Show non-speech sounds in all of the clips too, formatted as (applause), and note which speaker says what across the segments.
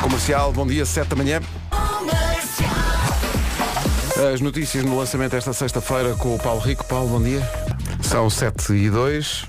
Speaker 1: Comercial, bom dia, 7 da manhã. As notícias no lançamento esta sexta-feira com o Paulo Rico. Paulo, bom dia. São 7 e 2.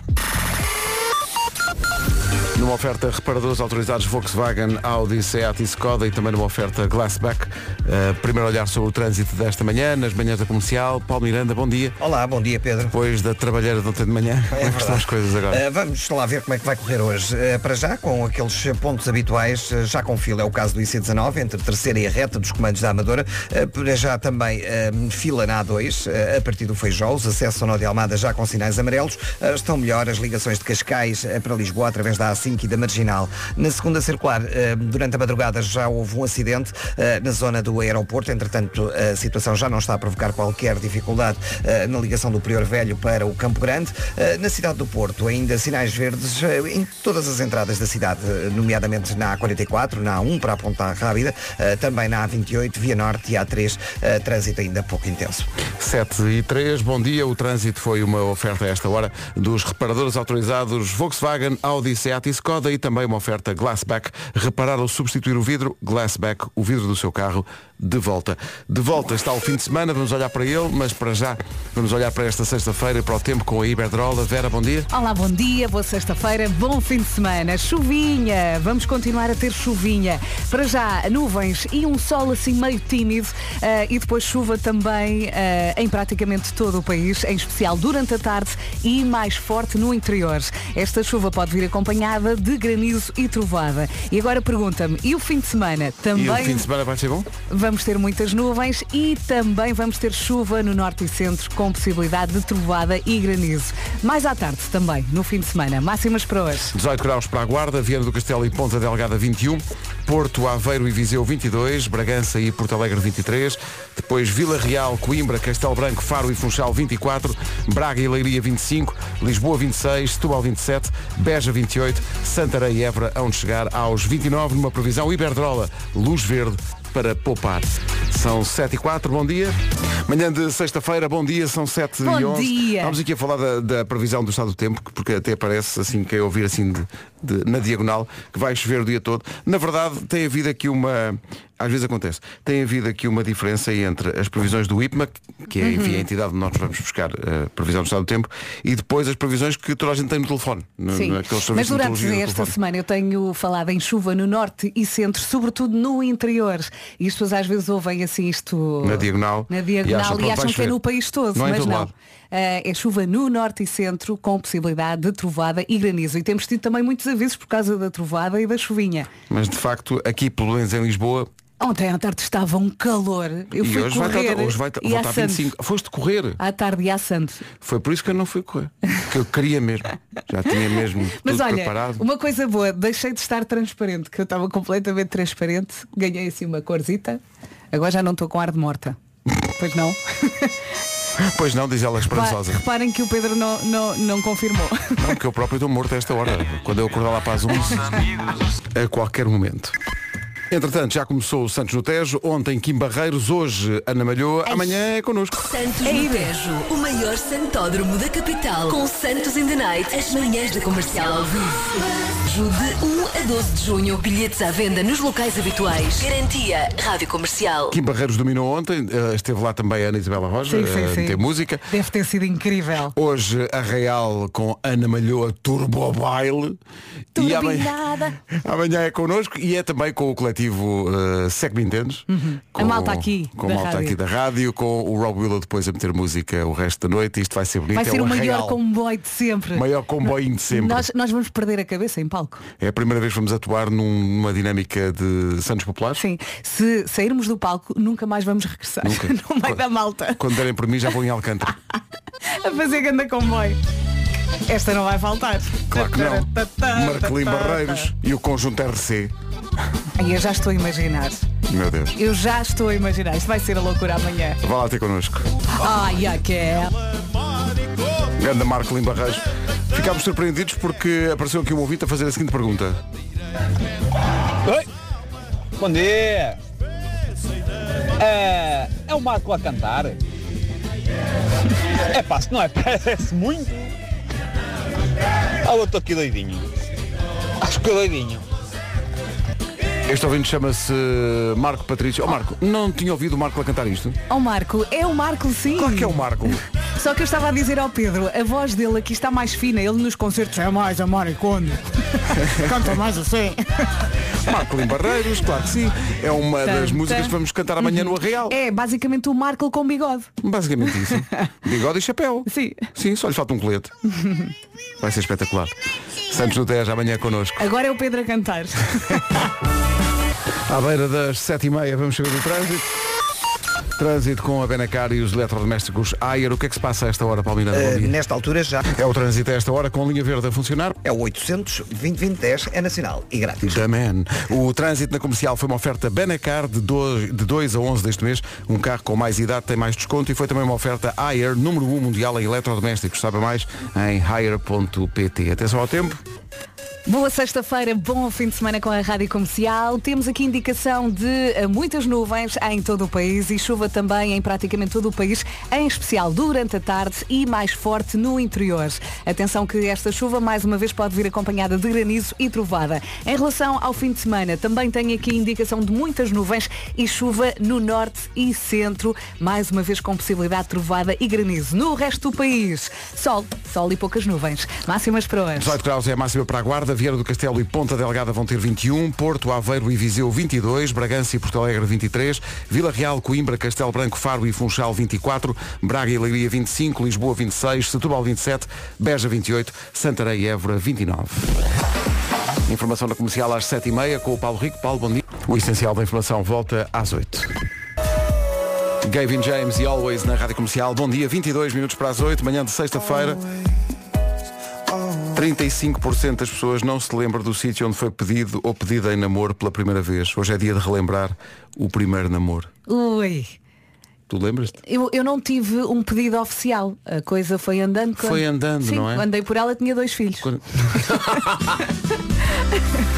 Speaker 1: Numa oferta reparadores autorizados Volkswagen, Audi, Seat e Skoda e também numa oferta Glassback. Eh, primeiro olhar sobre o trânsito desta manhã, nas manhãs da comercial. Paulo Miranda, bom dia.
Speaker 2: Olá, bom dia Pedro.
Speaker 1: Depois da trabalheira de ontem de manhã, como é que estão
Speaker 2: verdade.
Speaker 1: as coisas agora?
Speaker 2: Eh, vamos lá ver como é que vai correr hoje. Eh, para já, com aqueles pontos habituais, eh, já com fila, é o caso do IC19, entre a terceira e a reta dos comandos da Amadora. Eh, para já também eh, fila na A2, eh, a partir do Feijó, os acessos ao Nó de Almada já com sinais amarelos. Eh, estão melhor as ligações de Cascais eh, para Lisboa, através da A5 e da Marginal. Na segunda circular, eh, durante a madrugada já houve um acidente eh, na zona do aeroporto, entretanto a situação já não está a provocar qualquer dificuldade eh, na ligação do Prior Velho para o Campo Grande. Eh, Na cidade do Porto, ainda sinais verdes eh, em todas as entradas da cidade, eh, nomeadamente na A44, na A1 para a Ponta Rábida, eh, também na A28, Via Norte e A3, eh, trânsito ainda pouco intenso.
Speaker 1: 7 e 3, bom dia. O trânsito foi uma oferta a esta hora dos reparadores autorizados Volkswagen, Audi, Seat e Skoda e também uma oferta Glassback. Reparar ou substituir o vidro, Glassback, o vidro do seu carro, de volta. De volta está o fim de semana, vamos olhar para ele, mas para já vamos olhar para esta sexta-feira, e para o tempo com a Iberdrola. Vera, bom dia.
Speaker 3: Olá, bom dia, boa sexta-feira, bom fim de semana. Chuvinha, vamos continuar a ter chuvinha. Para já, nuvens e um sol assim meio tímido eh, e depois chuva também eh, em praticamente todo o país, em especial durante a tarde e mais forte no interior. Esta chuva pode vir acompanhada de granizo e trovada. E agora pergunta-me, e o fim de semana também
Speaker 1: E o fim de semana vai ser bom?
Speaker 3: Vamos ter muitas nuvens e também vamos ter chuva no norte e centro, com possibilidade de trovoada e granizo. Mais à tarde também, no fim de semana. Máximas para hoje.
Speaker 1: 18 graus para a Guarda, Viana do Castelo e Ponta Delgada 21, Porto, Aveiro e Viseu 22, Bragança e Porto Alegre 23, depois Vila Real, Coimbra, Castelo Branco, Faro e Funchal 24, Braga e Leiria 25, Lisboa 26, Setúbal 27, Beja 28, Santarém e Évora onde chegar aos 29 numa previsão Iberdrola, luz verde para poupar. São 7 e 4, bom dia. Manhã de sexta-feira, bom dia, são 7 e
Speaker 3: Bom
Speaker 1: 11.
Speaker 3: dia.
Speaker 1: Vamos aqui a falar da, da previsão do estado do tempo, que- porque até parece, assim, que é ouvir assim de- de- na diagonal, que vai chover o dia todo. Na verdade, tem havido aqui uma. Às vezes acontece. Tem havido aqui uma diferença entre as previsões do IPMA, que é
Speaker 3: Uhum.
Speaker 1: enfim, a entidade onde nós vamos buscar a previsão do estado do tempo, e depois as previsões que toda a gente tem no telefone. no- naqueles Hum, serviços de
Speaker 3: Mas durante
Speaker 1: meteorologia do
Speaker 3: esta
Speaker 1: telefone.
Speaker 3: semana eu tenho falado em chuva no norte e centro, sobretudo no interior. E as pessoas às vezes ouvem assim isto
Speaker 1: Na diagonal.
Speaker 3: na diagonal
Speaker 1: E acham,
Speaker 3: e
Speaker 1: pronto,
Speaker 3: acham
Speaker 1: vai
Speaker 3: que é
Speaker 1: chover.
Speaker 3: no país todo,
Speaker 1: Não é em
Speaker 3: mas
Speaker 1: todo
Speaker 3: não.
Speaker 1: lado.
Speaker 3: Ah, é chuva no norte e centro com possibilidade de trovada e granizo. E temos tido também muitos avisos por causa da trovada e da chuvinha.
Speaker 1: Mas de facto, aqui pelo menos em Lisboa,
Speaker 3: Ontem à tarde estava um calor. Eu
Speaker 1: e
Speaker 3: fui
Speaker 1: hoje vai,
Speaker 3: correr
Speaker 1: estar, hoje vai estar-
Speaker 3: e
Speaker 1: vou
Speaker 3: à
Speaker 1: estar
Speaker 3: Santos.
Speaker 1: 25. Foste correr.
Speaker 3: À tarde e à Santos.
Speaker 1: Foi por isso que eu não fui correr. Que eu queria mesmo. Já tinha mesmo
Speaker 3: Mas
Speaker 1: tudo
Speaker 3: olha,
Speaker 1: preparado.
Speaker 3: uma coisa boa, deixei de estar transparente, que eu estava completamente transparente, ganhei assim uma corzita, agora já não estou com ar de morta. Pois
Speaker 1: (laughs)
Speaker 3: não?
Speaker 1: Pois não, diz ela é esperançosa.
Speaker 3: Pá, reparem que o Pedro não, não, não
Speaker 1: (laughs)
Speaker 3: confirmou.
Speaker 1: Não, porque eu próprio estou morto a esta hora. Quando eu acordar lá para as 11, a qualquer momento. Entretanto, já começou o Santos no Tejo, ontem Kim Barreiros, hoje Ana Malhoa, amanhã é connosco.
Speaker 4: Santos no Tejo, o maior santódromo da capital. Com Santos in the Night, as manhãs da comercial ao vivo. De 1 a 12 de junho, bilhetes à venda nos locais habituais. Garantia Rádio Comercial.
Speaker 1: Kim Barreiros dominou ontem, eh, esteve lá também a Ana Isabela Roja,
Speaker 3: Sim, sim,
Speaker 1: eh,
Speaker 3: sim.
Speaker 1: ter música.
Speaker 3: Deve ter sido incrível.
Speaker 1: Hoje a Real com Ana Malhoa Turbo Baile. E amanhã,
Speaker 3: Turbinada.
Speaker 1: (laughs) amanhã é connosco e é também com o coletivo uh, Sec Entendes. Com,
Speaker 3: Uhum. A malta aqui
Speaker 1: Com a
Speaker 3: da
Speaker 1: malta
Speaker 3: rádio.
Speaker 1: aqui da rádio, com o Rob Willow depois a meter música o resto da noite. Isto vai ser bonito.
Speaker 3: Vai
Speaker 1: é
Speaker 3: ser
Speaker 1: o
Speaker 3: o maior
Speaker 1: Arraial.
Speaker 3: comboio de sempre.
Speaker 1: Maior comboinho de sempre.
Speaker 3: Nós, nós vamos perder a cabeça em palco.
Speaker 1: É a primeira vez que vamos atuar num- numa dinâmica de Santos Populares.
Speaker 3: Sim. Se sairmos do palco, nunca mais vamos regressar. (laughs)
Speaker 1: Nunca.
Speaker 3: No meio da malta.
Speaker 1: Quando derem por mim já vou em
Speaker 3: (laughs)
Speaker 1: Alcântara.
Speaker 3: a fazer ganda comboio. Esta não vai faltar.
Speaker 1: Claro que não. Marcelim Barreiros e o conjunto RC.
Speaker 3: Ai, Eu já estou a imaginar.
Speaker 1: Meu Deus.
Speaker 3: Eu já estou a imaginar. Isto vai ser a loucura amanhã.
Speaker 1: Vá lá ter connosco.
Speaker 3: Ai, a que é.
Speaker 1: Ganda Marco Lim Barreiros. Ficámos surpreendidos porque apareceu aqui um ouvinte a fazer a seguinte pergunta.
Speaker 5: Oi! Bom dia! É, é o Marco a cantar? É pá, se não é, (laughs) parece muito! Ah, eu estou aqui doidinho. Acho que doidinho.
Speaker 1: Este ouvinte chama-se Marco Patrício. Oh Marco, não tinha ouvido o Marco a cantar isto?
Speaker 3: Ó Marco, é o Marco sim.
Speaker 1: Claro que é o Marco.
Speaker 3: Só que eu estava a dizer ao Pedro, a voz dele aqui está mais fina, ele nos concertos é mais a maricona. Canta mais assim.
Speaker 1: Marco Limbarreiros, claro que sim. É uma das
Speaker 3: Tanta.
Speaker 1: músicas que vamos cantar amanhã no Arreal.
Speaker 3: É basicamente o Marco com bigode.
Speaker 1: Basicamente isso. Bigode e chapéu.
Speaker 3: Sim.
Speaker 1: Sim, só lhe falta um colete. Vai ser espetacular. Santos no 10, amanhã connosco.
Speaker 3: Agora é o Pedro a cantar.
Speaker 1: À beira das 7h30 vamos saber do trânsito. Trânsito com a Benacar e os eletrodomésticos Ayer. O que é que se passa a esta hora, Palmeira?
Speaker 2: Eh,
Speaker 1: Bom dia.
Speaker 2: nesta altura já
Speaker 1: É o trânsito a esta hora com a linha verde a funcionar.
Speaker 2: é o 800 2010 é nacional e grátis.
Speaker 1: The Man. O trânsito na comercial foi uma oferta Benacar de 2, de 2 a 11 deste mês. Um carro com mais idade tem mais desconto e foi também uma oferta Ayer, número 1 mundial em eletrodomésticos. Sabe mais em ayer.pt. Atenção ao tempo.
Speaker 3: Boa sexta-feira, bom fim de semana com a Rádio Comercial. Temos aqui indicação de eh, muitas nuvens em todo o país e chuva também em praticamente todo o país, em especial durante a tarde e mais forte no interior. Atenção que esta chuva mais uma vez pode vir acompanhada de granizo e trovada. Em relação ao fim de semana, também tem aqui indicação de muitas nuvens e chuva no norte e centro, mais uma vez com possibilidade de trovada e granizo. No resto do país, sol, sol e poucas nuvens. Máximas para hoje.
Speaker 1: 18 graus é a máxima para a Guarda, Vieira do Castelo e Ponta Delgada vão ter 21, Porto, Aveiro e Viseu 22, Bragança e Porto Alegre 23, Vila Real, Coimbra, Castelo Branco, Faro e Funchal 24, Braga e Leiria 25, Lisboa 26, Setúbal 27, Beja 28, Santarém e Évora 29. Informação da comercial às 7h30 com o Paulo Rico. Paulo, bom dia. O essencial da informação volta às 8. Gavin James e Always na Rádio Comercial. Bom dia, 22 minutos para as 8, manhã de sexta-feira. 35% das pessoas não se lembram do sítio onde foi pedido ou pedida em namoro pela primeira vez. Hoje é dia de relembrar o primeiro namoro.
Speaker 3: Ui.
Speaker 1: Tu lembras-te?
Speaker 3: Eu, eu não tive um pedido oficial. A coisa foi andando. quando-
Speaker 1: Foi andando,
Speaker 3: Sim,
Speaker 1: não é?
Speaker 3: Andei por ela, tinha dois filhos.
Speaker 1: Quando-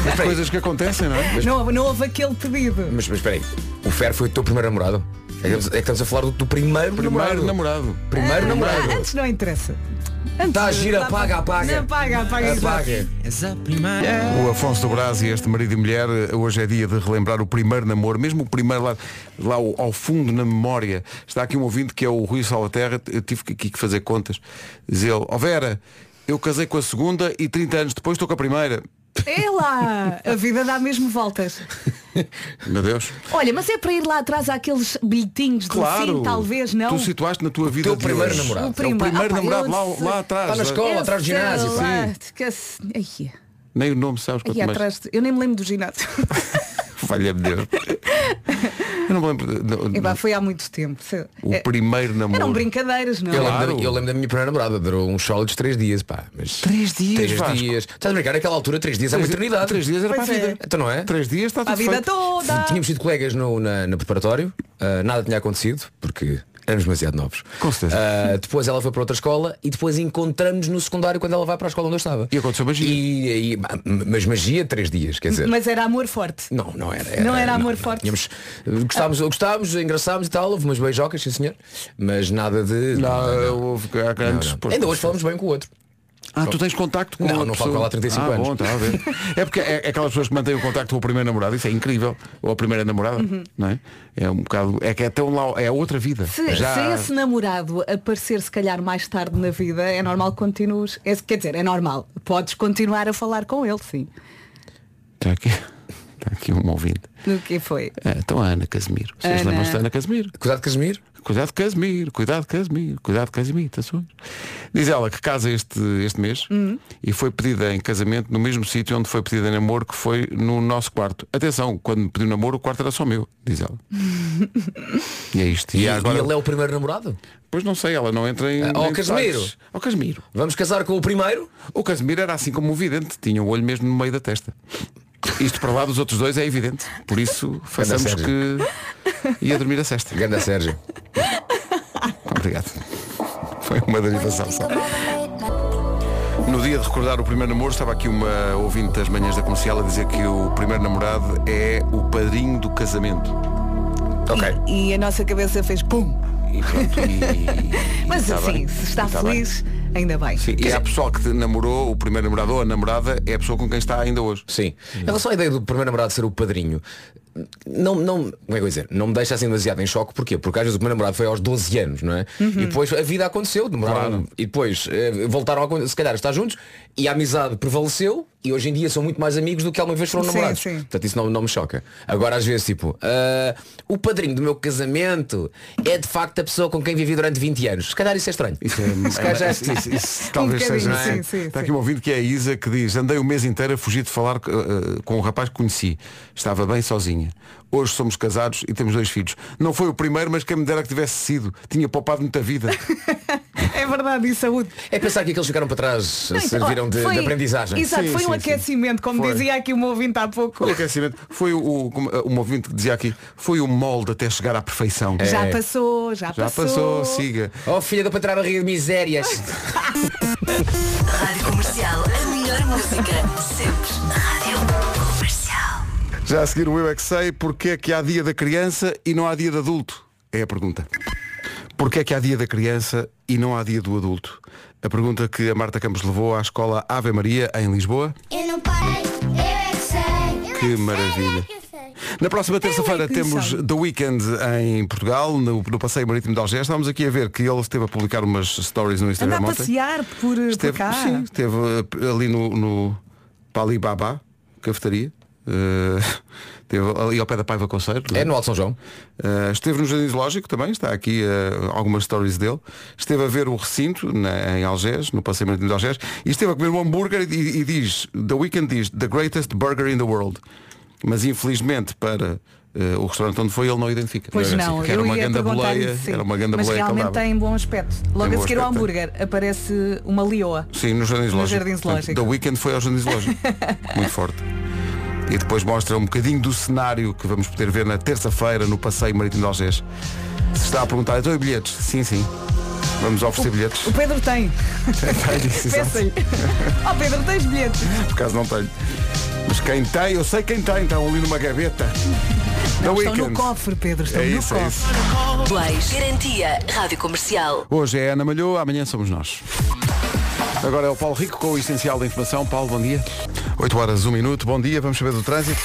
Speaker 1: As coisas que acontecem, não é?
Speaker 3: Não, não houve aquele pedido.
Speaker 6: Mas, mas espera aí, o Fer foi o teu primeiro namorado? É que estamos, é que estamos a falar do, do primeiro,
Speaker 1: Primeiro
Speaker 6: namorado.
Speaker 1: namorado.
Speaker 6: Primeiro namorado.
Speaker 3: Ah, antes não interessa. Antes
Speaker 1: Ah,
Speaker 6: Tá, gira,
Speaker 3: dá
Speaker 6: apaga,
Speaker 3: pra-
Speaker 6: apaga.
Speaker 3: Não, apaga, apaga. exato.
Speaker 6: Apaga.
Speaker 1: O Afonso do Brás e este marido e mulher, eh, hoje é dia de relembrar o primeiro namoro, mesmo o primeiro lá, lá ao, ao fundo na memória. Está aqui um ouvinte que é o Rui Salvaterra, eu tive que, aqui que fazer contas. Diz ele, ó Vera, eu casei com a segunda e 30 anos depois estou com a primeira.
Speaker 3: É lá. A vida dá mesmo voltas.
Speaker 1: Meu Deus.
Speaker 3: Olha, mas é para ir lá atrás àqueles bilhetinhos do sim, talvez não.
Speaker 1: Tu situaste na tua vida
Speaker 6: teu
Speaker 1: de
Speaker 6: primeiro
Speaker 1: hoje.
Speaker 6: namorado.
Speaker 1: É
Speaker 6: O
Speaker 1: o
Speaker 3: prima-
Speaker 1: primeiro
Speaker 3: Ah, pá,
Speaker 1: namorado
Speaker 3: eu
Speaker 1: lá,
Speaker 3: sei.
Speaker 1: lá atrás. é?
Speaker 6: Está na escola.
Speaker 3: Eu
Speaker 6: atrás do
Speaker 3: sei
Speaker 6: ginásio,
Speaker 3: lá, esquece. Ai,
Speaker 1: Nem o nome sabes quanto
Speaker 3: Aí
Speaker 1: mais.
Speaker 3: atrás, de- eu nem me lembro
Speaker 1: (laughs)
Speaker 3: do ginásio.
Speaker 1: Valha
Speaker 3: (laughs)
Speaker 1: Deus. Eu não me lembro. de- de-
Speaker 3: Epá, foi há muito tempo. Se-
Speaker 1: o
Speaker 3: é-
Speaker 1: primeiro namoro.
Speaker 3: Eram brincadeiras, não? é?
Speaker 6: Eu,
Speaker 1: Claro.
Speaker 6: lembro da, eu lembro da minha primeira namorada, durou uns sólidos três dias, pá. Mas
Speaker 1: Três dias,
Speaker 6: Três
Speaker 1: Vasco.
Speaker 6: dias. Estás a brincar? Naquela altura, três dias é uma
Speaker 1: Três-
Speaker 6: eternidade.
Speaker 1: Três dias era
Speaker 3: Pois
Speaker 1: para a
Speaker 3: é.
Speaker 1: vida.
Speaker 6: Então não é?
Speaker 1: Três dias está tudo
Speaker 3: A vida
Speaker 1: feito.
Speaker 3: toda.
Speaker 6: Tínhamos sido colegas no, na- no preparatório, ah, nada tinha acontecido, porque éramos demasiado novos.
Speaker 1: Com certeza.
Speaker 6: Ah, depois ela foi para outra escola e depois encontramos no secundário quando ela vai para a escola onde eu estava.
Speaker 1: E aconteceu magia.
Speaker 6: E, e- mas magia três dias, quer dizer.
Speaker 3: Mas era amor forte.
Speaker 6: Não, não era.
Speaker 3: Não era amor forte.
Speaker 6: Tínhamos, gostávamos, gostávamos, engraçámos e tal, houve umas beijocas, sim senhor. Mas nada de.
Speaker 1: Não, houve há grandes.
Speaker 6: Não, não.
Speaker 1: pois-
Speaker 6: Ainda hoje falamos bem um com o outro.
Speaker 1: Ah, tu tens contacto com
Speaker 6: Não,
Speaker 1: outra
Speaker 6: não falo
Speaker 1: pessoa?
Speaker 6: com ela há 35
Speaker 1: ah,
Speaker 6: anos.
Speaker 1: Bom, está a ver. É porque é, é aquelas pessoas que mantêm o contacto com o primeiro namorado, isso é incrível. Ou a primeira namorada,
Speaker 3: Uhum.
Speaker 1: não é? É um bocado. É que é tão lá. É outra vida.
Speaker 3: Se, se esse namorado aparecer se calhar mais tarde na vida, é normal que continues. É, quer dizer, é normal. Podes continuar a falar com ele, sim.
Speaker 1: Está aqui, está aqui um ouvinte.
Speaker 3: No que foi?
Speaker 1: É, então a Ana Casimiro. Vocês
Speaker 3: Ana.
Speaker 1: lembram-se da Ana Casimiro?
Speaker 6: Cuidado, Casimiro.
Speaker 1: Cuidado Casimiro, cuidado Casimiro, cuidado Casimiro, atenções. Diz ela que casa este, este mês e foi pedida em casamento no mesmo sítio onde foi pedida em namoro, que foi no nosso quarto. Atenção, quando me pediu namoro, o quarto era só meu, diz ela. e é isto. E,
Speaker 6: E,
Speaker 1: agora,
Speaker 6: e ele é o primeiro namorado.
Speaker 1: Pois não sei, ela não entra em.
Speaker 6: Ah, ó,
Speaker 1: em
Speaker 6: Casimiro.
Speaker 1: detalhes. Ó Casimiro.
Speaker 6: Vamos casar com o primeiro?
Speaker 1: O Casimiro era assim como o vidente, tinha o olho mesmo no meio da testa. Isto para lá dos outros dois é evidente. Por isso, façamos
Speaker 6: Sérgio.
Speaker 1: que ia dormir a cesta.
Speaker 6: Ganda Sérgio.
Speaker 1: Obrigado. Foi uma derivação só. No dia de recordar o primeiro namoro, estava aqui uma ouvinte das manhãs da comercial a dizer que o primeiro namorado é o padrinho do casamento.
Speaker 6: ok.
Speaker 3: E, e a nossa cabeça fez pum.
Speaker 1: E pronto, e- e-
Speaker 3: Mas
Speaker 1: está
Speaker 3: assim,
Speaker 1: Tá bem.
Speaker 3: se está
Speaker 1: E
Speaker 3: feliz, Ainda bem.
Speaker 1: Sim, e há pessoal que te namorou, o primeiro namorado ou a namorada é a pessoa com quem está ainda hoje.
Speaker 6: Sim. Em relação à ideia do primeiro namorado ser o padrinho, não, não, como é que eu vou dizer? Não me deixa assim demasiado em choque, porquê? Porque às vezes o primeiro namorado foi aos 12 anos, não é?
Speaker 3: Uhum.
Speaker 6: E depois a vida aconteceu, demoraram e depois eh, voltaram a acon- se calhar estar juntos e a amizade prevaleceu e hoje em dia são muito mais amigos do que alguma vez foram
Speaker 3: Sim,
Speaker 6: namorados.
Speaker 3: sim.
Speaker 6: Portanto, isso não, não me choca. Agora às vezes tipo, ah, o padrinho do meu casamento é de facto a pessoa com quem vivi durante 20 anos. Se calhar isso é estranho.
Speaker 1: Isso é-
Speaker 6: se calhar já é
Speaker 1: isso-
Speaker 6: estranho.
Speaker 1: isso- isso talvez
Speaker 3: um bocadinho,
Speaker 1: seja, não é?
Speaker 3: sim, sim,
Speaker 1: Está
Speaker 3: sim.
Speaker 1: aqui um ouvido que é a Isa que diz, andei o mês inteiro a fugir de falar eh, com um rapaz que conheci. Estava bem sozinha. Hoje somos casados e temos dois filhos. Não foi o primeiro, mas quem me dera que tivesse sido. Tinha poupado muita
Speaker 3: (laughs)
Speaker 1: vida.
Speaker 3: É verdade, e saúde.
Speaker 6: É pensar que aqueles que ficaram para trás
Speaker 3: Não, então,
Speaker 6: serviram de,
Speaker 3: ó, foi-
Speaker 6: de aprendizagem.
Speaker 3: Exato,
Speaker 1: Sim,
Speaker 3: foi um
Speaker 1: sim, sim.
Speaker 3: aquecimento, como
Speaker 1: Foi.
Speaker 3: dizia aqui o meu ouvinte há pouco.
Speaker 1: O aquecimento foi o, o, como, eh, um ouvinte que dizia aqui, foi o molde até chegar à perfeição.
Speaker 3: Já passou, já,
Speaker 1: É. Já passou, siga.
Speaker 6: Oh filha da patrava rir de misérias.
Speaker 4: Rádio Comercial, a melhor música, sempre. Rádio Comercial.
Speaker 1: Já a seguir o Eu é que sei, porque é que há dia da criança e não há dia de adulto? É a pergunta. Porquê é que há dia da criança e não há dia do adulto? A pergunta que a Marta Campos levou à escola Ave Maria, em Lisboa.
Speaker 7: Eu não parei, eu é que sei. Eu
Speaker 1: Que
Speaker 7: é sei,
Speaker 1: maravilha.
Speaker 7: eu é que sei.
Speaker 1: Na
Speaker 3: É um
Speaker 1: próxima terça-feira
Speaker 3: que
Speaker 1: temos
Speaker 3: são.
Speaker 1: The Weekend em Portugal, no, no Passeio Marítimo de Algés. Estávamos aqui a ver que ele esteve a publicar umas stories no
Speaker 3: Anda
Speaker 1: Instagram
Speaker 3: a
Speaker 1: ontem.
Speaker 3: passear por, por
Speaker 1: Esteve,
Speaker 3: cá.
Speaker 1: sim, esteve eh, ali no, no Palibaba, cafetaria. Eh, (laughs) esteve ali ao pé da Paiva Conceiro.
Speaker 6: É no Alto São João.
Speaker 1: Uh, esteve no Jardim Zoológico também, está aqui uh, algumas stories dele. Esteve a ver o recinto na- em Algés, no passeio marítimo de Algés, e esteve a comer um hambúrguer e, e diz, The Weeknd diz, the greatest burger in the world. Mas infelizmente para uh, o restaurante onde foi ele não identifica.
Speaker 3: Pois não,
Speaker 1: Que era
Speaker 3: eu
Speaker 1: uma
Speaker 3: ia
Speaker 1: ganda
Speaker 3: perguntar-lhe
Speaker 1: boleia,
Speaker 3: se sim.
Speaker 1: era uma ganda
Speaker 3: Mas
Speaker 1: boleia que ele
Speaker 3: realmente
Speaker 1: dava.
Speaker 3: tem bom aspecto. Logo
Speaker 1: Tem
Speaker 3: a
Speaker 1: bom
Speaker 3: seguir ao
Speaker 1: aspecto,
Speaker 3: hambúrguer aparece uma leoa.
Speaker 1: Sim, no Jardim Zoológico.
Speaker 3: Jardim
Speaker 1: Portanto,
Speaker 3: Zoológico.
Speaker 1: The Weeknd foi ao Jardim
Speaker 3: (laughs)
Speaker 1: Zoológico. Muito forte. E depois mostra um bocadinho do cenário que vamos poder ver na terça-feira no Passeio Marítimo de Algés. Se está a perguntar, então e bilhetes? Sim, sim. Vamos oferecer bilhetes.
Speaker 3: (laughs) O Pedro tem.
Speaker 1: Tenho, isso, exato. (laughs)
Speaker 3: Peça-lhe. oh Pedro, tens bilhetes?
Speaker 1: Por acaso não tenho. Mas quem tem, eu sei quem tem, estão ali numa
Speaker 3: (laughs)
Speaker 1: gaveta. The
Speaker 3: Estão no
Speaker 1: Weeknd.
Speaker 3: cofre, Pedro, estão
Speaker 1: É
Speaker 3: no
Speaker 1: isso,
Speaker 3: cofre.
Speaker 1: é isso.
Speaker 4: Duais, garantia, Rádio Comercial.
Speaker 1: Hoje é a Ana Malhou, amanhã somos nós. Agora é o Paulo Rico com o essencial da informação. Paulo, bom dia. 8 horas, 1 minuto. Bom dia, vamos saber do trânsito.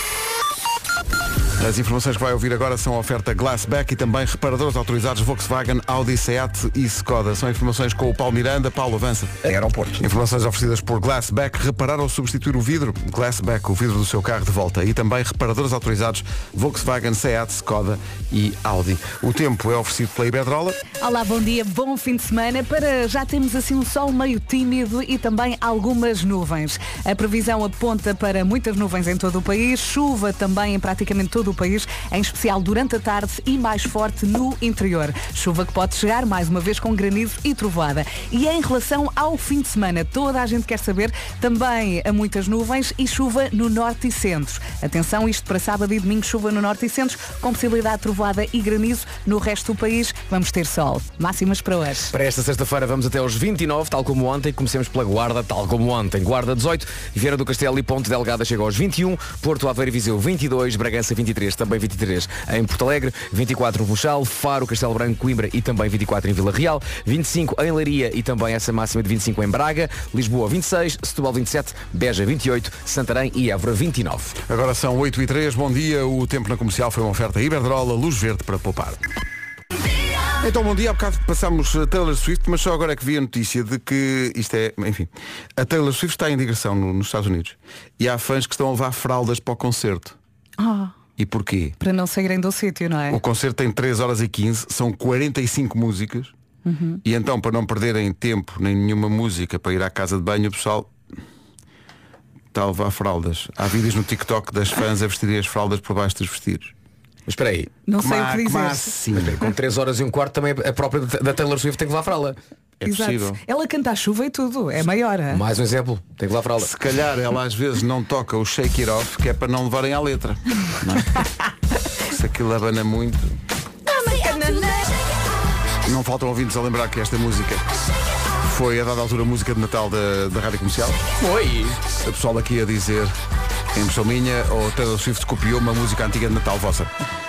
Speaker 1: As informações que vai ouvir agora são a oferta Glassback e também reparadores autorizados Volkswagen, Audi, Seat e Skoda. São informações com o Paulo Miranda. Paulo, avança.
Speaker 2: Aeroporto.
Speaker 1: Informações oferecidas por Glassback. Reparar ou substituir o vidro? Glassback, o vidro do seu carro de volta. E também reparadores autorizados Volkswagen, Seat, Skoda e Audi. O tempo é oferecido pela Iberdrola.
Speaker 3: Olá, bom dia, bom fim de semana. Para já temos assim um sol meio tímido e também algumas nuvens. A previsão aponta para muitas nuvens em todo o país, chuva também em praticamente todo o país, em especial durante a tarde e mais forte no interior. Chuva que pode chegar mais uma vez com granizo e trovoada. E é em relação ao fim de semana, toda a gente quer saber também há muitas nuvens e chuva no norte e centro. Atenção, isto para sábado e domingo, chuva no norte e centro, com possibilidade de trovoada e granizo. No resto do país, vamos ter sol. Máximas para hoje.
Speaker 6: Para esta sexta-feira vamos até aos 29, tal como ontem. Comecemos pela Guarda, tal como ontem. Guarda 18, Vieira do Castelo e Ponte Delgada chega aos 21, Porto Aveiro e Viseu 22, Bragança 23, também 23 em Porto Alegre, 24 no Funchal, Faro, Castelo Branco, Coimbra e também 24 em Vila Real, 25 em Leiria e também essa máxima de 25 em Braga, Lisboa 26, Setúbal 27, Beja 28, Santarém e Évora 29.
Speaker 1: Agora são 8 e 3, bom dia. O tempo na comercial foi uma oferta Iberdrola, luz verde para poupar. Então, bom dia. Há bocado passámos a Taylor Swift, mas só agora é que vi a notícia de que isto é, enfim, a Taylor Swift está em digressão no- nos Estados Unidos e há fãs que estão a levar fraldas para o concerto. E porquê?
Speaker 3: Para não saírem do sítio, não é?
Speaker 1: O concerto tem 3 horas e 15, são 45 músicas.
Speaker 3: Uhum.
Speaker 1: E então, para não perderem tempo nem nenhuma música para ir à casa de banho, o pessoal está a levar fraldas. Há vídeos no TikTok das fãs a vestirem as fraldas por baixo dos vestidos.
Speaker 6: Mas espera aí,
Speaker 3: Não sei o que dizer.
Speaker 1: assim?
Speaker 6: mas
Speaker 3: (laughs)
Speaker 6: bem, com 3 horas e um quarto também a própria da Taylor Swift tem que levar fralda.
Speaker 1: É
Speaker 3: Exato.
Speaker 1: possível.
Speaker 3: Ela canta a chuva e tudo. É maior. é?
Speaker 6: Mais um exemplo, tem que levar fralda.
Speaker 1: Se calhar ela às vezes não toca o shake it off, que é para não levarem à letra. não
Speaker 3: (laughs)
Speaker 1: é? Se aquilo abana muito. Não faltam ouvintes a lembrar que esta música foi a dada altura música de Natal da, da Rádio Comercial.
Speaker 6: Foi!
Speaker 1: O pessoal aqui a dizer Impressão minha ou Taylor Swift copiou uma música antiga de Natal vossa?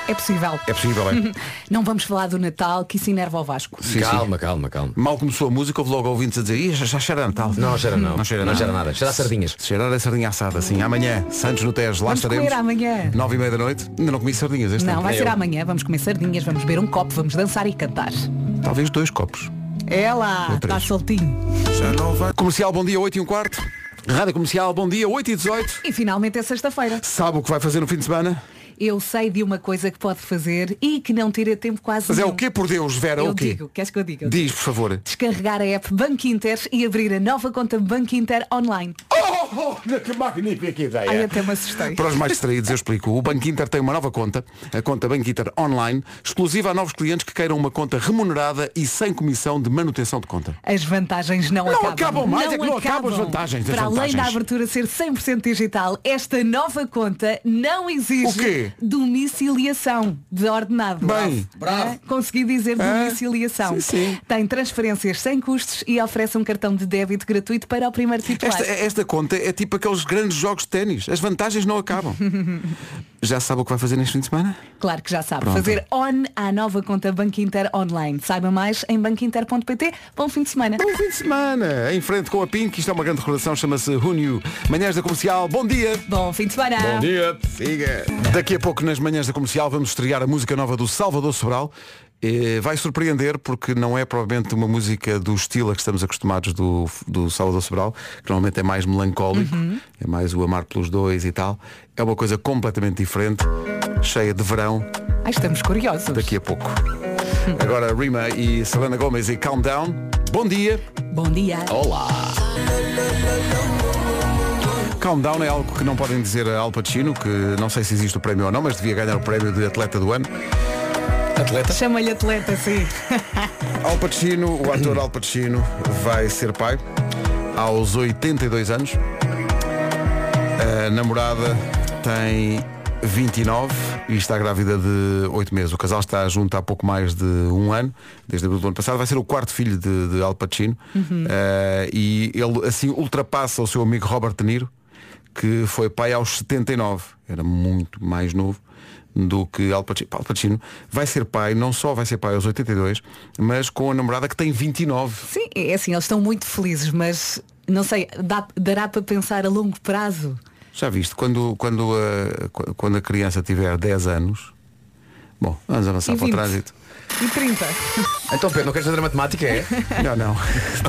Speaker 3: É possível.
Speaker 1: É possível,
Speaker 6: (laughs)
Speaker 1: é?
Speaker 3: Não vamos falar do Natal, que isso enerva o Vasco.
Speaker 1: Sim,
Speaker 6: calma, calma, calma.
Speaker 1: Mal começou a música, houve logo ouvintes a dizer, "Ih, já, já cheira a Natal.
Speaker 6: Não cheira não.
Speaker 1: Não cheira
Speaker 6: não
Speaker 1: nada.
Speaker 6: cheira nada. Cheira a sardinhas.
Speaker 1: Cheirar a sardinha assada, sim. Amanhã, Santos no Tejo, lá
Speaker 3: Vamos
Speaker 1: estaremos.
Speaker 3: comer amanhã.
Speaker 1: Nove e meia da noite. Ainda não comi sardinhas este
Speaker 3: Não,
Speaker 1: ano.
Speaker 3: vai
Speaker 6: eu.
Speaker 3: ser amanhã. Vamos comer sardinhas, vamos beber um copo, vamos dançar e cantar.
Speaker 1: Talvez dois copos.
Speaker 3: É lá,
Speaker 1: Ou três.
Speaker 3: está soltinho.
Speaker 1: Comercial, bom dia, 8 e um quarto. Rádio Comercial, bom dia, 8 e 18.
Speaker 3: E finalmente é sexta-feira.
Speaker 1: Sabe o que vai fazer no fim de semana?
Speaker 3: Eu sei de uma coisa que pode fazer e que não tira tempo quase
Speaker 1: Mas é o
Speaker 3: nenhum.
Speaker 1: quê, por Deus, Vera?
Speaker 3: Eu
Speaker 1: o quê?
Speaker 3: digo, queres que eu diga? Eu digo.
Speaker 1: Diz, por favor.
Speaker 3: Descarregar a app Banco Inter e abrir a nova conta Banco Inter online.
Speaker 1: Oh, oh, que magnífica ideia!
Speaker 3: Ai, até me assustei.
Speaker 1: Para os mais distraídos, eu explico. O Banco Inter tem uma nova conta, a conta Banco Inter Online, exclusiva a novos clientes que queiram uma conta remunerada e sem comissão de manutenção de conta.
Speaker 3: As vantagens não,
Speaker 1: Não
Speaker 3: acabam.
Speaker 1: acabam mais, é que não acabam as vantagens, as
Speaker 3: Para além
Speaker 1: vantagens.
Speaker 3: da abertura ser 100% digital, esta nova conta não exige
Speaker 1: O quê?
Speaker 3: domiciliação de ordenado.
Speaker 1: Bem,
Speaker 3: bravo. Consegui dizer
Speaker 1: Ah,
Speaker 3: domiciliação.
Speaker 1: sim, sim.
Speaker 3: Tem transferências sem custos e oferece um cartão de débito gratuito para o primeiro titular.
Speaker 1: Esta, esta conta é tipo aqueles grandes jogos de ténis. As vantagens não (laughs) acabam. Já sabe o que vai fazer neste fim de semana?
Speaker 3: Claro que já sabe.
Speaker 1: Pronto.
Speaker 3: Fazer on à nova conta Banco Inter online. Saiba mais em banquinter.pt. Bom fim de semana.
Speaker 1: Bom Um fim de semana! Em frente com a Pink, isto é uma grande recordação, chama-se Runyu. Manhãs da Comercial, bom dia!
Speaker 3: Bom fim de semana.
Speaker 6: dia.
Speaker 1: Siga! Daqui a pouco, nas manhãs da comercial, vamos estrear a música nova do Salvador Sobral. Eh, Vai surpreender porque não é provavelmente uma música do estilo a que estamos acostumados do, do Salvador Sobral, que normalmente é mais melancólico, é mais o amar pelos dois e tal. É uma coisa completamente diferente, cheia de verão,
Speaker 3: Ai, estamos curiosos.
Speaker 1: daqui a pouco. Agora Rima e Selena Gomes e Calm Down. Bom dia!
Speaker 3: Bom dia.
Speaker 6: Olá.
Speaker 1: Calm Down é algo que não podem dizer a Al Pacino, que não sei se existe o prémio ou não, mas devia ganhar o prémio de atleta do ano.
Speaker 6: Atleta.
Speaker 3: Chama-lhe atleta, sim.
Speaker 1: Al Pacino, o ator Al Pacino, vai ser pai aos 82 anos. A namorada tem 29 e está grávida de 8 meses. O casal está junto há pouco mais de um ano, desde abril do ano passado. Vai ser o quarto filho de, de Al Pacino. Eh, e ele assim ultrapassa o seu amigo Robert De Niro, que foi pai aos 79. Era muito mais novo do que Al Pacino. Al Pacino vai ser pai, não só vai ser pai aos 82, mas com a namorada que tem 29.
Speaker 3: Sim, é assim, eles estão muito felizes, mas não sei, dá- dará para pensar a longo prazo?
Speaker 1: Já viste, quando, quando, a, qu- quando a criança tiver 10 anos, bom, vamos avançar
Speaker 3: E
Speaker 1: para o
Speaker 3: 20.
Speaker 1: trânsito.
Speaker 3: E 30?
Speaker 6: Então Pedro, não queres fazer a matemática? (laughs) É?
Speaker 1: Não,
Speaker 2: (laughs)
Speaker 1: não.